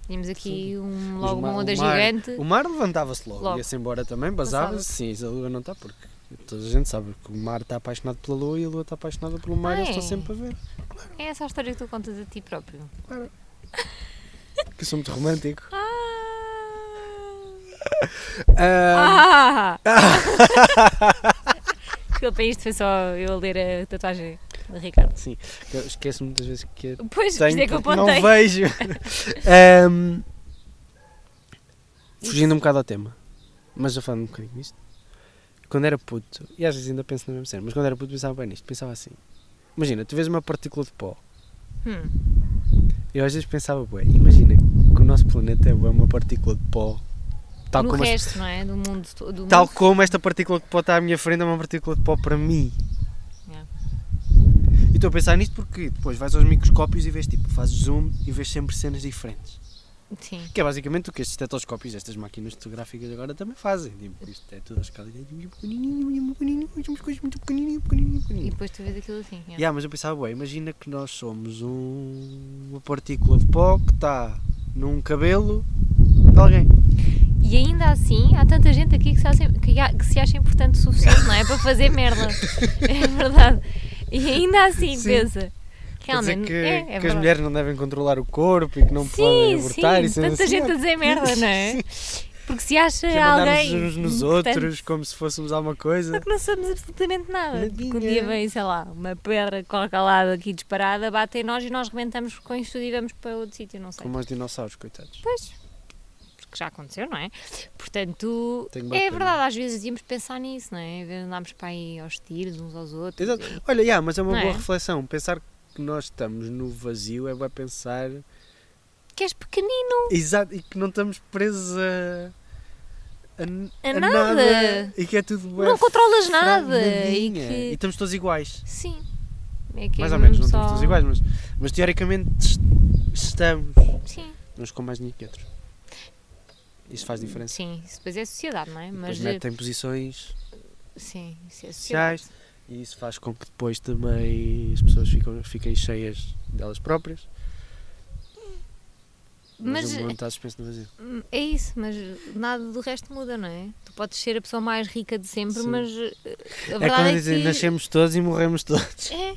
Speaker 3: Tínhamos aqui um, logo
Speaker 2: ma-
Speaker 3: uma
Speaker 2: o
Speaker 3: onda
Speaker 2: mar-
Speaker 3: gigante.
Speaker 2: O mar levantava-se logo,
Speaker 3: Logo.
Speaker 2: ia-se embora também, basava-se. Sim, isso a lua não está, porque toda a gente sabe que o mar está apaixonado pela lua e a lua está apaixonada pelo mar e eles estão
Speaker 3: Ai.
Speaker 2: sempre a ver.
Speaker 3: É essa a história que tu contas a ti próprio.
Speaker 2: Que eu sou muito romântico.
Speaker 3: Ah!
Speaker 2: Ah, (laughs)
Speaker 3: Ah! Desculpa, isto foi só eu a ler a tatuagem do Ricardo.
Speaker 2: Sim, eu esqueço muitas vezes que
Speaker 3: Pois,
Speaker 2: tenho,
Speaker 3: isto é que eu
Speaker 2: porque não
Speaker 3: apontei. (laughs)
Speaker 2: vejo. Ahm, fugindo um bocado ao tema, mas já falando um bocadinho nisto. Quando era puto, e às vezes ainda penso na mesma cena, mas quando era puto pensava bem nisto, pensava assim. Imagina, tu vês uma partícula de pó.
Speaker 3: Hum,
Speaker 2: Eu às vezes pensava, bué, imagina que o nosso planeta é bué uma partícula de pó. Tal
Speaker 3: no
Speaker 2: como, as-
Speaker 3: resto, não é? Do mundo. to- Do
Speaker 2: tal
Speaker 3: mundo.
Speaker 2: como esta partícula de pó está à minha frente, é uma partícula de pó para mim.
Speaker 3: Yeah.
Speaker 2: E estou a pensar nisto porque depois vais aos microscópios e vês, tipo, fazes zoom e vês sempre cenas diferentes.
Speaker 3: Sim.
Speaker 2: Que é basicamente o que estes estetoscópios, estas máquinas fotográficas agora também fazem. Tipo, isto é tudo a escala de muito pequenininho, muito pequenininho, umas coisas muito pequenininho, pequenininho,
Speaker 3: E
Speaker 2: pequenininho.
Speaker 3: depois tu vês aquilo assim. yeah.
Speaker 2: Yeah, mas eu pensava, ué, imagina que nós somos um- uma partícula de pó que está num cabelo de alguém.
Speaker 3: E ainda assim, há tanta gente aqui que se acha, que a- que se acha importante o suficiente, não é? Para fazer merda.
Speaker 2: (laughs)
Speaker 3: É verdade. E ainda assim,
Speaker 2: Sim.
Speaker 3: pensa.
Speaker 2: Quer dizer
Speaker 3: Realmente,
Speaker 2: que,
Speaker 3: é, é
Speaker 2: que as
Speaker 3: verdade.
Speaker 2: mulheres não devem controlar o corpo e que não podem abortar e
Speaker 3: sim,
Speaker 2: cenas
Speaker 3: tanta
Speaker 2: assim,
Speaker 3: gente a
Speaker 2: ah,
Speaker 3: dizer merda, não é?
Speaker 2: (laughs)
Speaker 3: Porque se acha
Speaker 2: que é mandarmos
Speaker 3: alguém. Hum,
Speaker 2: uns nos
Speaker 3: importante,
Speaker 2: outros como se fôssemos alguma
Speaker 3: só
Speaker 2: coisa.
Speaker 3: que não somos absolutamente nada.
Speaker 2: Nadinha.
Speaker 3: Porque um dia vem, sei lá, uma pedra qualquer lado aqui disparada, bate em nós e nós rebentamos com isto tudo e vamos para outro sítio, não sei.
Speaker 2: Como aos dinossauros, coitados.
Speaker 3: Pois. Porque já aconteceu, não é? Portanto,
Speaker 2: Tenho bem
Speaker 3: é
Speaker 2: pena.
Speaker 3: verdade, às vezes íamos pensar nisso, não é? Andámos para aí aos tiros uns aos outros.
Speaker 2: Exato.
Speaker 3: e-
Speaker 2: Olha, yeah, mas é uma
Speaker 3: Não
Speaker 2: boa
Speaker 3: é?
Speaker 2: reflexão. Pensar que nós estamos no vazio é vai pensar.
Speaker 3: Que és pequenino.
Speaker 2: Exato, e que não estamos presos a. a, n-
Speaker 3: A
Speaker 2: a
Speaker 3: nada.
Speaker 2: E que é tudo bué
Speaker 3: não controlas nada. E
Speaker 2: franadinha. E
Speaker 3: que.
Speaker 2: estamos todos iguais.
Speaker 3: Sim. É que é
Speaker 2: mais ou menos,
Speaker 3: mesmo
Speaker 2: não
Speaker 3: só-
Speaker 2: estamos todos iguais, mas, mas teoricamente est- estamos.
Speaker 3: Sim.
Speaker 2: Uns com mais dinheiro que outros. Isso faz diferença.
Speaker 3: Sim, isso depois é a sociedade, não é?
Speaker 2: Mas
Speaker 3: Mas.
Speaker 2: metem posições
Speaker 3: Sim, isso é a sociedade.
Speaker 2: sociais e isso faz com que depois também as pessoas ficam, fiquem cheias delas próprias. Mas,
Speaker 3: Mas-
Speaker 2: o mundo está suspenso no vazio.
Speaker 3: Hum, É isso, mas nada do resto muda, não é? Tu podes ser a pessoa mais rica de sempre,
Speaker 2: Sim.
Speaker 3: mas eh, a
Speaker 2: é
Speaker 3: verdade
Speaker 2: como
Speaker 3: é,
Speaker 2: dizem,
Speaker 3: que.
Speaker 2: nascemos todos e morremos todos. (laughs)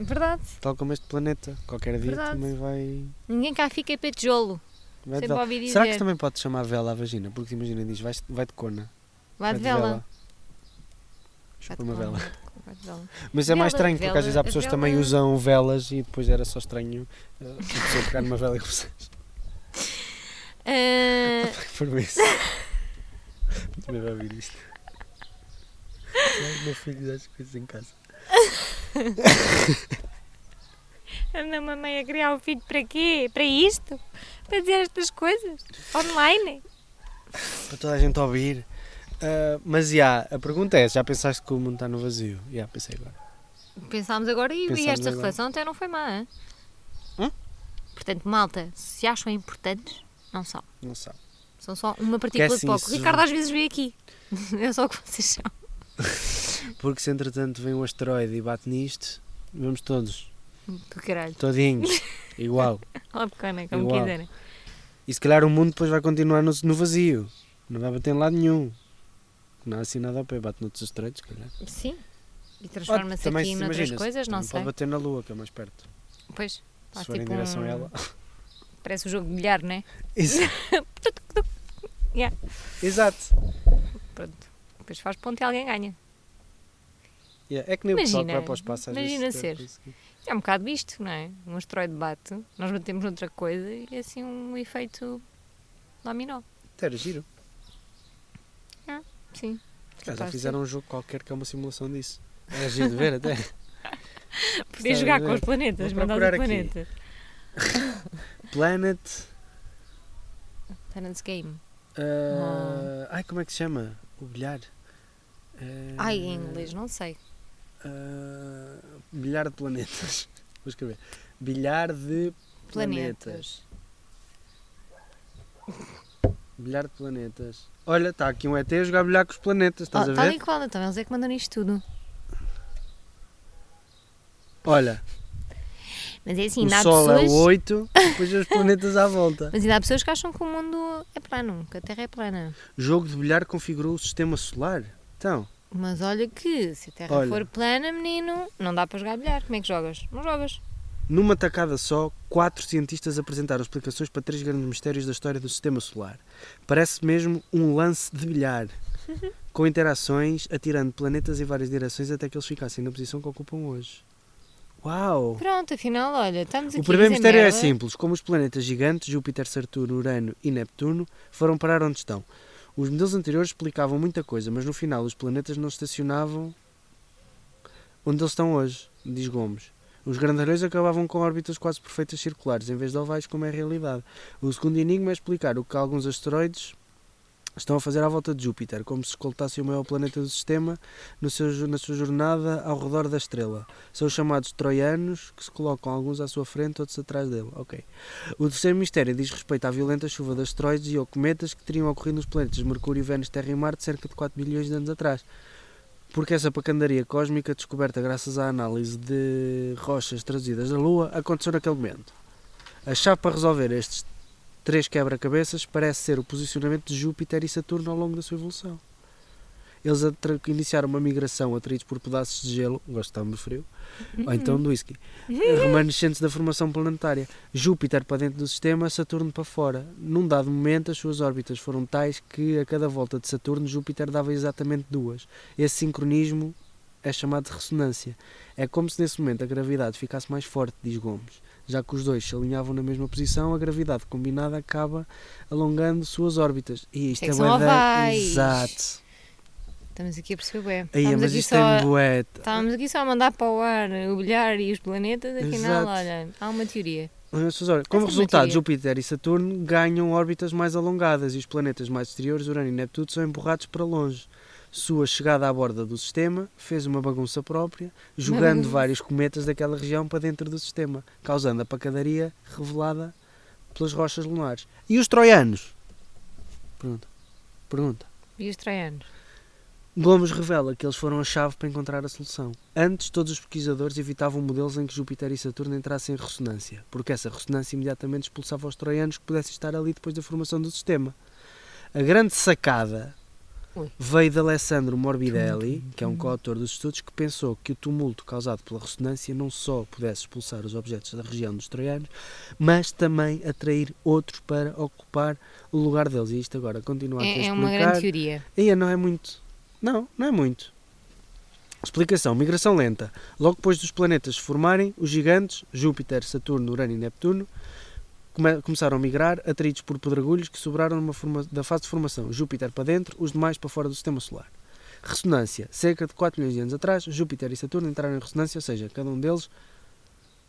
Speaker 3: É, verdade.
Speaker 2: Tal como este planeta. Qualquer dia
Speaker 3: Verdade.
Speaker 2: também vai.
Speaker 3: Ninguém cá fica para tijolo.
Speaker 2: vai
Speaker 3: sempre
Speaker 2: dar-
Speaker 3: ouvi dizer.
Speaker 2: Será que isto também pode chamar vela à vagina? Porque imagina, diz, vai, vai de cona.
Speaker 3: Vai de vela.
Speaker 2: Chupa
Speaker 3: de
Speaker 2: uma
Speaker 3: cola,
Speaker 2: vela.
Speaker 3: vai de vela.
Speaker 2: Mas é mais
Speaker 3: Vela,
Speaker 2: estranho, porque às vezes há
Speaker 3: vela,
Speaker 2: pessoas que
Speaker 3: vela.
Speaker 2: também usam velas e depois era só estranho eh, a pessoa pegar numa vela e começar
Speaker 3: Ah,
Speaker 2: (laughs) por isso. Também vai ouvir isto. Ai, meu filho já as coisas em casa.
Speaker 3: Anda a mamãe a criar o filho para quê? Para isto? Para dizer estas coisas? Online?
Speaker 2: Para toda a gente ouvir. Ah, mas já, a pergunta é: já pensaste que o mundo está no vazio? Já, pensei agora.
Speaker 3: Pensámos agora e, e
Speaker 2: Pensámos
Speaker 3: esta
Speaker 2: agora.
Speaker 3: reflexão até não foi má. hein?
Speaker 2: Hã?
Speaker 3: Portanto, malta, se acham importantes, não são.
Speaker 2: Não sabe.
Speaker 3: São só uma partícula
Speaker 2: assim,
Speaker 3: de pouco.
Speaker 2: se-
Speaker 3: Ricardo às vezes vê aqui. (laughs) É só o que vocês são.
Speaker 2: Porque se entretanto vem um asteroide e bate nisto, vamos todos,
Speaker 3: Do caralho. (laughs)
Speaker 2: todinhos, igual.
Speaker 3: Ó, pequena, como
Speaker 2: Igual.
Speaker 3: quiserem.
Speaker 2: E se calhar o mundo depois vai continuar no, no vazio. Não vai bater em lado nenhum. Não há assim nada ao pé, bate noutros estreitos, se calhar.
Speaker 3: Sim. E transforma-se
Speaker 2: Ah, também
Speaker 3: aqui
Speaker 2: se-
Speaker 3: noutras
Speaker 2: imagina-se,
Speaker 3: coisas, não
Speaker 2: também
Speaker 3: sei.
Speaker 2: Pode bater na lua, que é mais perto.
Speaker 3: Pois,
Speaker 2: se
Speaker 3: faz
Speaker 2: for em
Speaker 3: tipo
Speaker 2: direção
Speaker 3: um-
Speaker 2: a ela.
Speaker 3: parece o jogo de bilhar, não é?
Speaker 2: Exato.
Speaker 3: (laughs) Yeah.
Speaker 2: Exato.
Speaker 3: Pronto. Depois faz ponto e alguém ganha.
Speaker 2: Yeah, É que nem o pessoal que
Speaker 3: Imagina-
Speaker 2: vai para o espaço às
Speaker 3: imagina
Speaker 2: vezes.
Speaker 3: ser. É um bocado isto, não é? Um asteroide bate, nós batemos noutra coisa e é assim um efeito dominó.
Speaker 2: Até Então, era giro.
Speaker 3: Sim.
Speaker 2: Cara,
Speaker 3: Capaz
Speaker 2: já
Speaker 3: de
Speaker 2: fizeram um jogo qualquer que é uma simulação disso. Era giro de ver até. Está
Speaker 3: Poder
Speaker 2: a
Speaker 3: jogar
Speaker 2: ver?
Speaker 3: com os planetas,
Speaker 2: né? Vou
Speaker 3: mandar os
Speaker 2: procurar aqui.
Speaker 3: planetas.
Speaker 2: (laughs) Planet.
Speaker 3: Planet's Game.
Speaker 2: ah, Ai, como é que se chama? O bilhar. Eh,
Speaker 3: Ai, em inglês, não sei.
Speaker 2: ah, bilhar de planetas. (laughs) Vou escrever. Bilhar de planetas.
Speaker 3: Planetas.
Speaker 2: Bilhar de planetas. Olha, está aqui um ET a jogar bilhar com os planetas,
Speaker 3: Oh,
Speaker 2: estás a
Speaker 3: tal
Speaker 2: ver?
Speaker 3: e qual, então, eles é que mandam isto tudo.
Speaker 2: Olha,
Speaker 3: Mas é assim,
Speaker 2: o
Speaker 3: ainda há
Speaker 2: Sol é
Speaker 3: pessoas.
Speaker 2: o 8, depois os planetas à volta.
Speaker 3: Mas ainda há pessoas que acham que o mundo é plano, que a Terra é plana.
Speaker 2: Jogo de bilhar configurou o sistema solar. Então,
Speaker 3: Mas olha que se a Terra
Speaker 2: Olha.
Speaker 3: for plana, menino, não dá para jogar bilhar. Como é que jogas? Não jogas.
Speaker 2: Numa tacada só, quatro cientistas apresentaram explicações para três grandes mistérios da história do Sistema Solar. Parece mesmo um lance de bilhar, com interações atirando planetas em várias direções até que eles ficassem na posição que ocupam hoje. Uau!
Speaker 3: Pronto, afinal, olha, estamos aqui.
Speaker 2: O primeiro
Speaker 3: a dizer
Speaker 2: mistério é
Speaker 3: merda.
Speaker 2: simples: como os planetas gigantes, Júpiter, Saturno, Urano e Neptuno, foram parar onde estão. Os modelos anteriores explicavam muita coisa, mas no final os planetas não estacionavam onde eles estão hoje, diz Gomes. Os grandalhões acabavam com órbitas quase perfeitas circulares, em vez de ovais, como é a realidade. O segundo enigma é explicar o que alguns asteroides estão a fazer à volta de Júpiter, como se escoltassem o maior planeta do sistema no seu, jo- na sua jornada ao redor da estrela. São os chamados troianos, que se colocam alguns à sua frente, outros atrás dele. Ok. O terceiro mistério diz respeito à violenta chuva de asteroides e ou cometas que teriam ocorrido nos planetas Mercúrio, Vênus, Terra e Marte cerca de 4 milhões de anos atrás. Porque essa pacandaria cósmica, descoberta graças à análise de rochas trazidas da Lua, aconteceu naquele momento. A chave para resolver estes três quebra-cabeças parece ser o posicionamento de Júpiter e Saturno ao longo da sua evolução. Eles atra- iniciaram uma migração atraídos por pedaços de gelo, gostamos do frio, ou então do whisky, remanescentes da formação planetária. Júpiter para dentro do sistema, Saturno para fora. Num dado momento, as suas órbitas foram tais que a cada volta de Saturno, Júpiter dava exatamente duas. Esse sincronismo é chamado de ressonância. É como se nesse momento a gravidade ficasse mais forte, diz Gomes. Já que os dois se alinhavam na mesma posição, a gravidade combinada acaba alongando suas órbitas. E isto
Speaker 3: É que
Speaker 2: é
Speaker 3: são
Speaker 2: bué da...
Speaker 3: ovais.
Speaker 2: Exato.
Speaker 3: Estamos aqui a perceber bem.
Speaker 2: Aí,
Speaker 3: Estamos
Speaker 2: mas
Speaker 3: aqui
Speaker 2: isto é
Speaker 3: só a-
Speaker 2: tem boeta.
Speaker 3: Estávamos aqui só a mandar para o ar o bilhar e os planetas, afinal,
Speaker 2: Exato.
Speaker 3: olha, há uma teoria.
Speaker 2: Como
Speaker 3: Essa
Speaker 2: resultado,
Speaker 3: matéria.
Speaker 2: Júpiter e Saturno ganham órbitas mais alongadas e os planetas mais exteriores, Urano e Neptuno, são empurrados para longe. Sua chegada à borda do sistema fez uma bagunça própria, jogando
Speaker 3: bagunça.
Speaker 2: vários cometas daquela região para dentro do sistema, causando a pancadaria revelada pelas rochas lunares. E os troianos? Pergunta. Pergunta.
Speaker 3: E os troianos?
Speaker 2: Gomes revela que eles foram a chave para encontrar a solução. Antes, todos os pesquisadores evitavam modelos em que Júpiter e Saturno entrassem em ressonância, porque essa ressonância imediatamente expulsava os troianos que pudessem estar ali depois da formação do sistema. A grande sacada
Speaker 3: Ui.
Speaker 2: veio de Alessandro Morbidelli, que é um coautor dos estudos, que pensou que o tumulto causado pela ressonância não só pudesse expulsar os objetos da região dos troianos, mas também atrair outros para ocupar o lugar deles. E isto agora continua aqui a
Speaker 3: É, é
Speaker 2: explicar.
Speaker 3: uma grande teoria.
Speaker 2: Ia, não é muito. Não, não é muito. Explicação: migração lenta. Logo depois dos planetas se formarem, os gigantes, Júpiter, Saturno, Urano e Neptuno, come- começaram a migrar, atraídos por pedregulhos que sobraram numa forma- da fase de formação. Júpiter para dentro, os demais para fora do sistema solar. Ressonância: cerca de 4 milhões de anos atrás, Júpiter e Saturno entraram em ressonância, ou seja, cada um deles.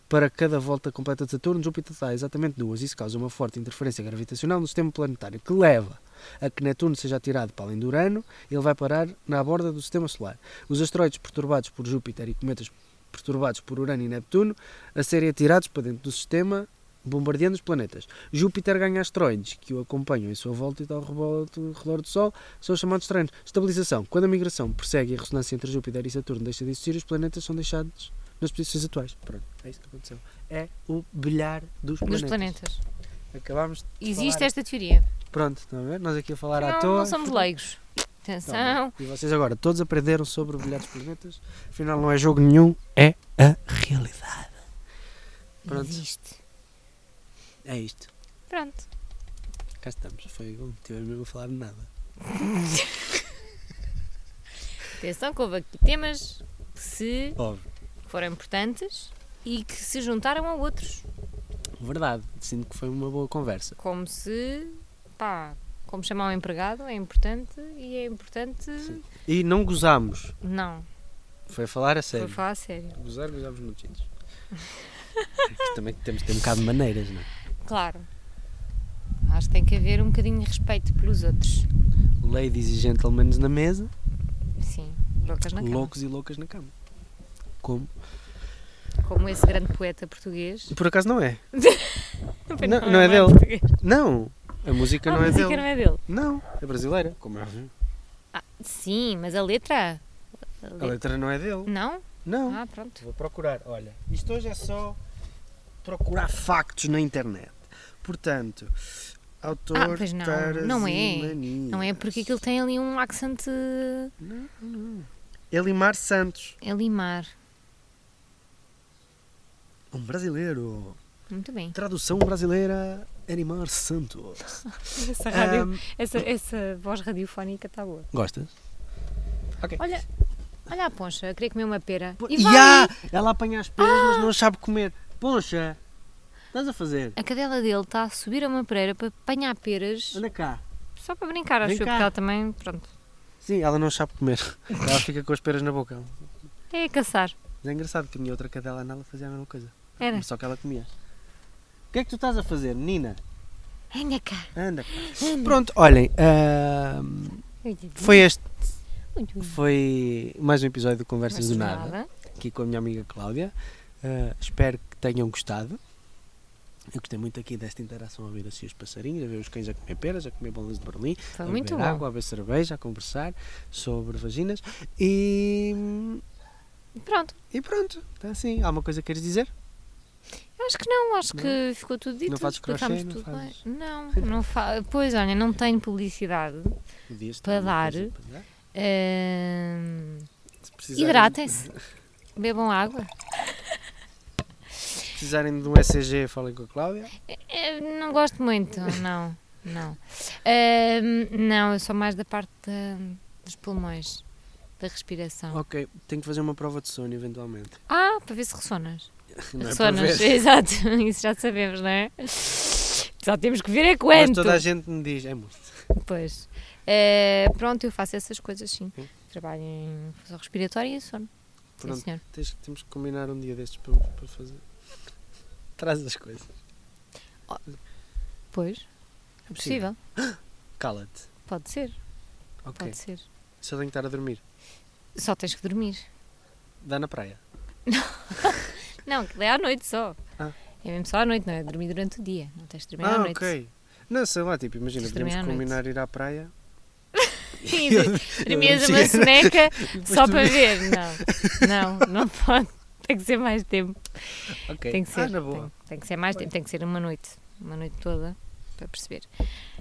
Speaker 2: Para cada volta completa de Saturno, Júpiter dá exatamente duas. Isso causa uma forte interferência gravitacional no sistema planetário, que leva a que Netuno seja atirado para além de Urano, ele vai parar na borda do sistema solar. Os asteroides perturbados por Júpiter e cometas perturbados por Urano e Neptuno a serem atirados para dentro do sistema, bombardeando os planetas. Júpiter ganha asteroides que o acompanham em sua volta e ao rebo- ao redor do Sol, são os chamados estranhos. Estabilização. Quando a migração persegue e a ressonância entre Júpiter e Saturno deixa de existir, os planetas são deixados nas posições atuais. Pronto, é isso que aconteceu. É o bilhar dos planetas.
Speaker 3: Dos planetas.
Speaker 2: Acabámos de
Speaker 3: Existe
Speaker 2: falar.
Speaker 3: esta teoria.
Speaker 2: Pronto, estão a ver? Nós aqui a falar à toa.
Speaker 3: Não,
Speaker 2: Então,
Speaker 3: não somos leigos. Atenção.
Speaker 2: E vocês agora todos aprenderam sobre bilhetes planetas. Afinal, não é jogo nenhum, é a realidade.
Speaker 3: Não
Speaker 2: Pronto.
Speaker 3: Existe.
Speaker 2: É isto.
Speaker 3: Pronto.
Speaker 2: Cá estamos. Foi bom. Tivemos mesmo a falar de nada.
Speaker 3: Atenção que houve aqui temas que se
Speaker 2: Óbvio.
Speaker 3: que foram importantes e que se juntaram a outros.
Speaker 2: Verdade. Sinto que foi uma boa conversa.
Speaker 3: Como se, pá, como chamar um empregado é importante e é importante...
Speaker 2: Sim. E não gozámos.
Speaker 3: Não,
Speaker 2: Foi falar a
Speaker 3: vou
Speaker 2: sério.
Speaker 3: falar a sério.
Speaker 2: Gozar, gozámos no (laughs) Tinder. Porque também temos de ter um bocado de maneiras, não é?
Speaker 3: Claro. Acho que tem que haver um bocadinho de respeito pelos outros.
Speaker 2: Ladies e gentlemen na mesa.
Speaker 3: Sim, loucas na cama.
Speaker 2: loucos e loucas na cama. Como?
Speaker 3: Como esse grande poeta (laughs) português.
Speaker 2: Por acaso não é. Não- não é dele.
Speaker 3: português.
Speaker 2: Não. A música
Speaker 3: Ah,
Speaker 2: não
Speaker 3: a
Speaker 2: é
Speaker 3: música
Speaker 2: dele.
Speaker 3: não é dele.
Speaker 2: Não, é brasileira. Como é?
Speaker 3: Sim, mas a letra... a
Speaker 2: A
Speaker 3: letra-
Speaker 2: letra não é dele.
Speaker 3: Não?
Speaker 2: Não.
Speaker 3: Ah, pronto.
Speaker 2: Vou procurar, olha. Isto hoje é só procurar factos na internet. Portanto, autor
Speaker 3: Ah, pois não, não é.
Speaker 2: Tarazimanias.
Speaker 3: Não é porque aquilo tem ali um accent eh,
Speaker 2: Elimar Santos,
Speaker 3: a limar.
Speaker 2: um brasileiro.
Speaker 3: Muito bem.
Speaker 2: Tradução brasileira, Elimar Santos.
Speaker 3: Essa, rádio,
Speaker 2: Ahm,
Speaker 3: essa, essa voz radiofónica está boa.
Speaker 2: gostas? Ok.
Speaker 3: Olha, olha a poncha, queria comer uma pera.
Speaker 2: Pô,
Speaker 3: E vai!
Speaker 2: Ya! Ela apanha as peras, mas não sabe comer. Poxa, estás a fazer?
Speaker 3: A cadela dele está a subir a uma pereira para apanhar peras,
Speaker 2: Anda cá.
Speaker 3: só para brincar, acho
Speaker 2: Vem
Speaker 3: eu, porque
Speaker 2: cá.
Speaker 3: ela também, pronto,
Speaker 2: Sim, ela não sabe comer. (laughs) Ela fica com as peras na boca.
Speaker 3: é a caçar.
Speaker 2: Mas é engraçado que tinha outra cadela nela fazia a mesma coisa.
Speaker 3: Era.
Speaker 2: Mas só que ela comia. O que é que tu estás a fazer, menina?
Speaker 3: Anda cá.
Speaker 2: Anda cá. Pronto, olhem. ahm, foi este. Foi mais um episódio de Conversas do Nada. Aqui com a minha amiga Cláudia. Ah, espero que tenham gostado. Eu gostei muito aqui desta interação a ver assim os passarinhos, a ver os cães a comer peras, a comer bolas de Berlim,
Speaker 3: Foi
Speaker 2: a
Speaker 3: muito
Speaker 2: beber
Speaker 3: bom.
Speaker 2: água, a beber cerveja, a conversar sobre vaginas e,
Speaker 3: Pronto,
Speaker 2: e pronto. Está assim. Há uma coisa que queres dizer?
Speaker 3: eu acho que não, acho
Speaker 2: Não?
Speaker 3: que ficou tudo dito.
Speaker 2: Não fazes crochê,
Speaker 3: explicámos
Speaker 2: não
Speaker 3: tudo bem.
Speaker 2: fazes-
Speaker 3: Não, não fa... pois olha, não tenho publicidade.
Speaker 2: Podias ter
Speaker 3: Para
Speaker 2: alguma
Speaker 3: dar.
Speaker 2: coisa para dar?
Speaker 3: Ahm,
Speaker 2: Se precisarem-
Speaker 3: Hidratem-se. Bebam água.
Speaker 2: Se precisarem de um ECG, falem com a Cláudia.
Speaker 3: Eh, Não gosto muito, (laughs) não. Não. Ahm, não, eu sou mais da parte da- dos pulmões, da respiração.
Speaker 2: Ok, tenho que fazer uma prova de sono eventualmente.
Speaker 3: Ah, para ver se ressonas.
Speaker 2: Não é para
Speaker 3: ressonas,
Speaker 2: ver.
Speaker 3: (laughs) exato. Isso já sabemos, não é? Só temos que ver é
Speaker 2: Mas
Speaker 3: quanto.
Speaker 2: toda a gente me diz, é muito.
Speaker 3: Pois. Eh, pronto, eu faço essas coisas sim.
Speaker 2: Sim.
Speaker 3: Trabalho em função respiratória e sono. Sim,
Speaker 2: Pronto,
Speaker 3: senhor.
Speaker 2: tens- temos que combinar um dia destes para, para fazer. Traz as coisas.
Speaker 3: Pois,
Speaker 2: É
Speaker 3: possível.
Speaker 2: Cala-te.
Speaker 3: Pode ser,
Speaker 2: Ok.
Speaker 3: pode ser.
Speaker 2: Só tenho que estar a dormir.
Speaker 3: Só tens que dormir.
Speaker 2: Dá na praia.
Speaker 3: Não, aquilo é à noite só.
Speaker 2: Ah.
Speaker 3: É mesmo só à noite, não é? Dormir durante o dia. Não tens de dormir à
Speaker 2: ah,
Speaker 3: noite.
Speaker 2: ok. Não, sei lá, tipo, imagina,
Speaker 3: Tens de dormir
Speaker 2: podemos
Speaker 3: à noite.
Speaker 2: combinar ir à praia. (laughs)
Speaker 3: Sim,
Speaker 2: Eu-
Speaker 3: Dormias
Speaker 2: eu- (laughs)
Speaker 3: uma soneca só
Speaker 2: tu-
Speaker 3: para ver. Não, não, não pode. Tem que ser mais tempo.
Speaker 2: Ok.
Speaker 3: Tem que ser.
Speaker 2: Ah, na boa.
Speaker 3: Tem, tem que ser mais tempo, tem que ser uma noite. Uma noite toda para perceber.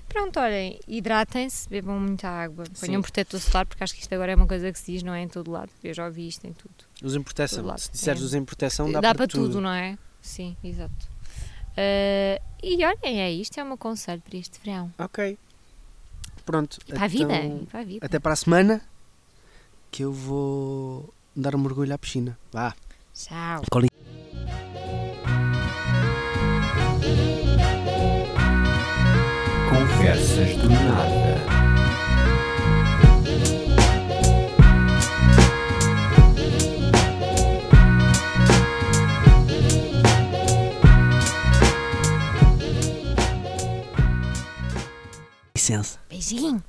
Speaker 3: Pronto, olhem, hidratem-se, bebam muita água, ponham
Speaker 2: Sim.
Speaker 3: um protetor solar, porque acho que isto agora é uma coisa que se diz, não é? Em todo lado. Eu já ouvi isto em tudo.
Speaker 2: Usem proteção.
Speaker 3: Todo lado.
Speaker 2: Se disseres
Speaker 3: É.
Speaker 2: usem proteção, dá,
Speaker 3: dá, para tudo. não é? Sim, exato. Ah, e olhem, é isto, é o meu conselho para este verão.
Speaker 2: Ok. Pronto.
Speaker 3: Para a vida,
Speaker 2: então-
Speaker 3: e para a vida.
Speaker 2: Até para a semana que eu vou dar um mergulho à piscina. Vá.
Speaker 3: Tchau.
Speaker 1: Conversas do nada.
Speaker 2: Licença.
Speaker 3: Beijinho.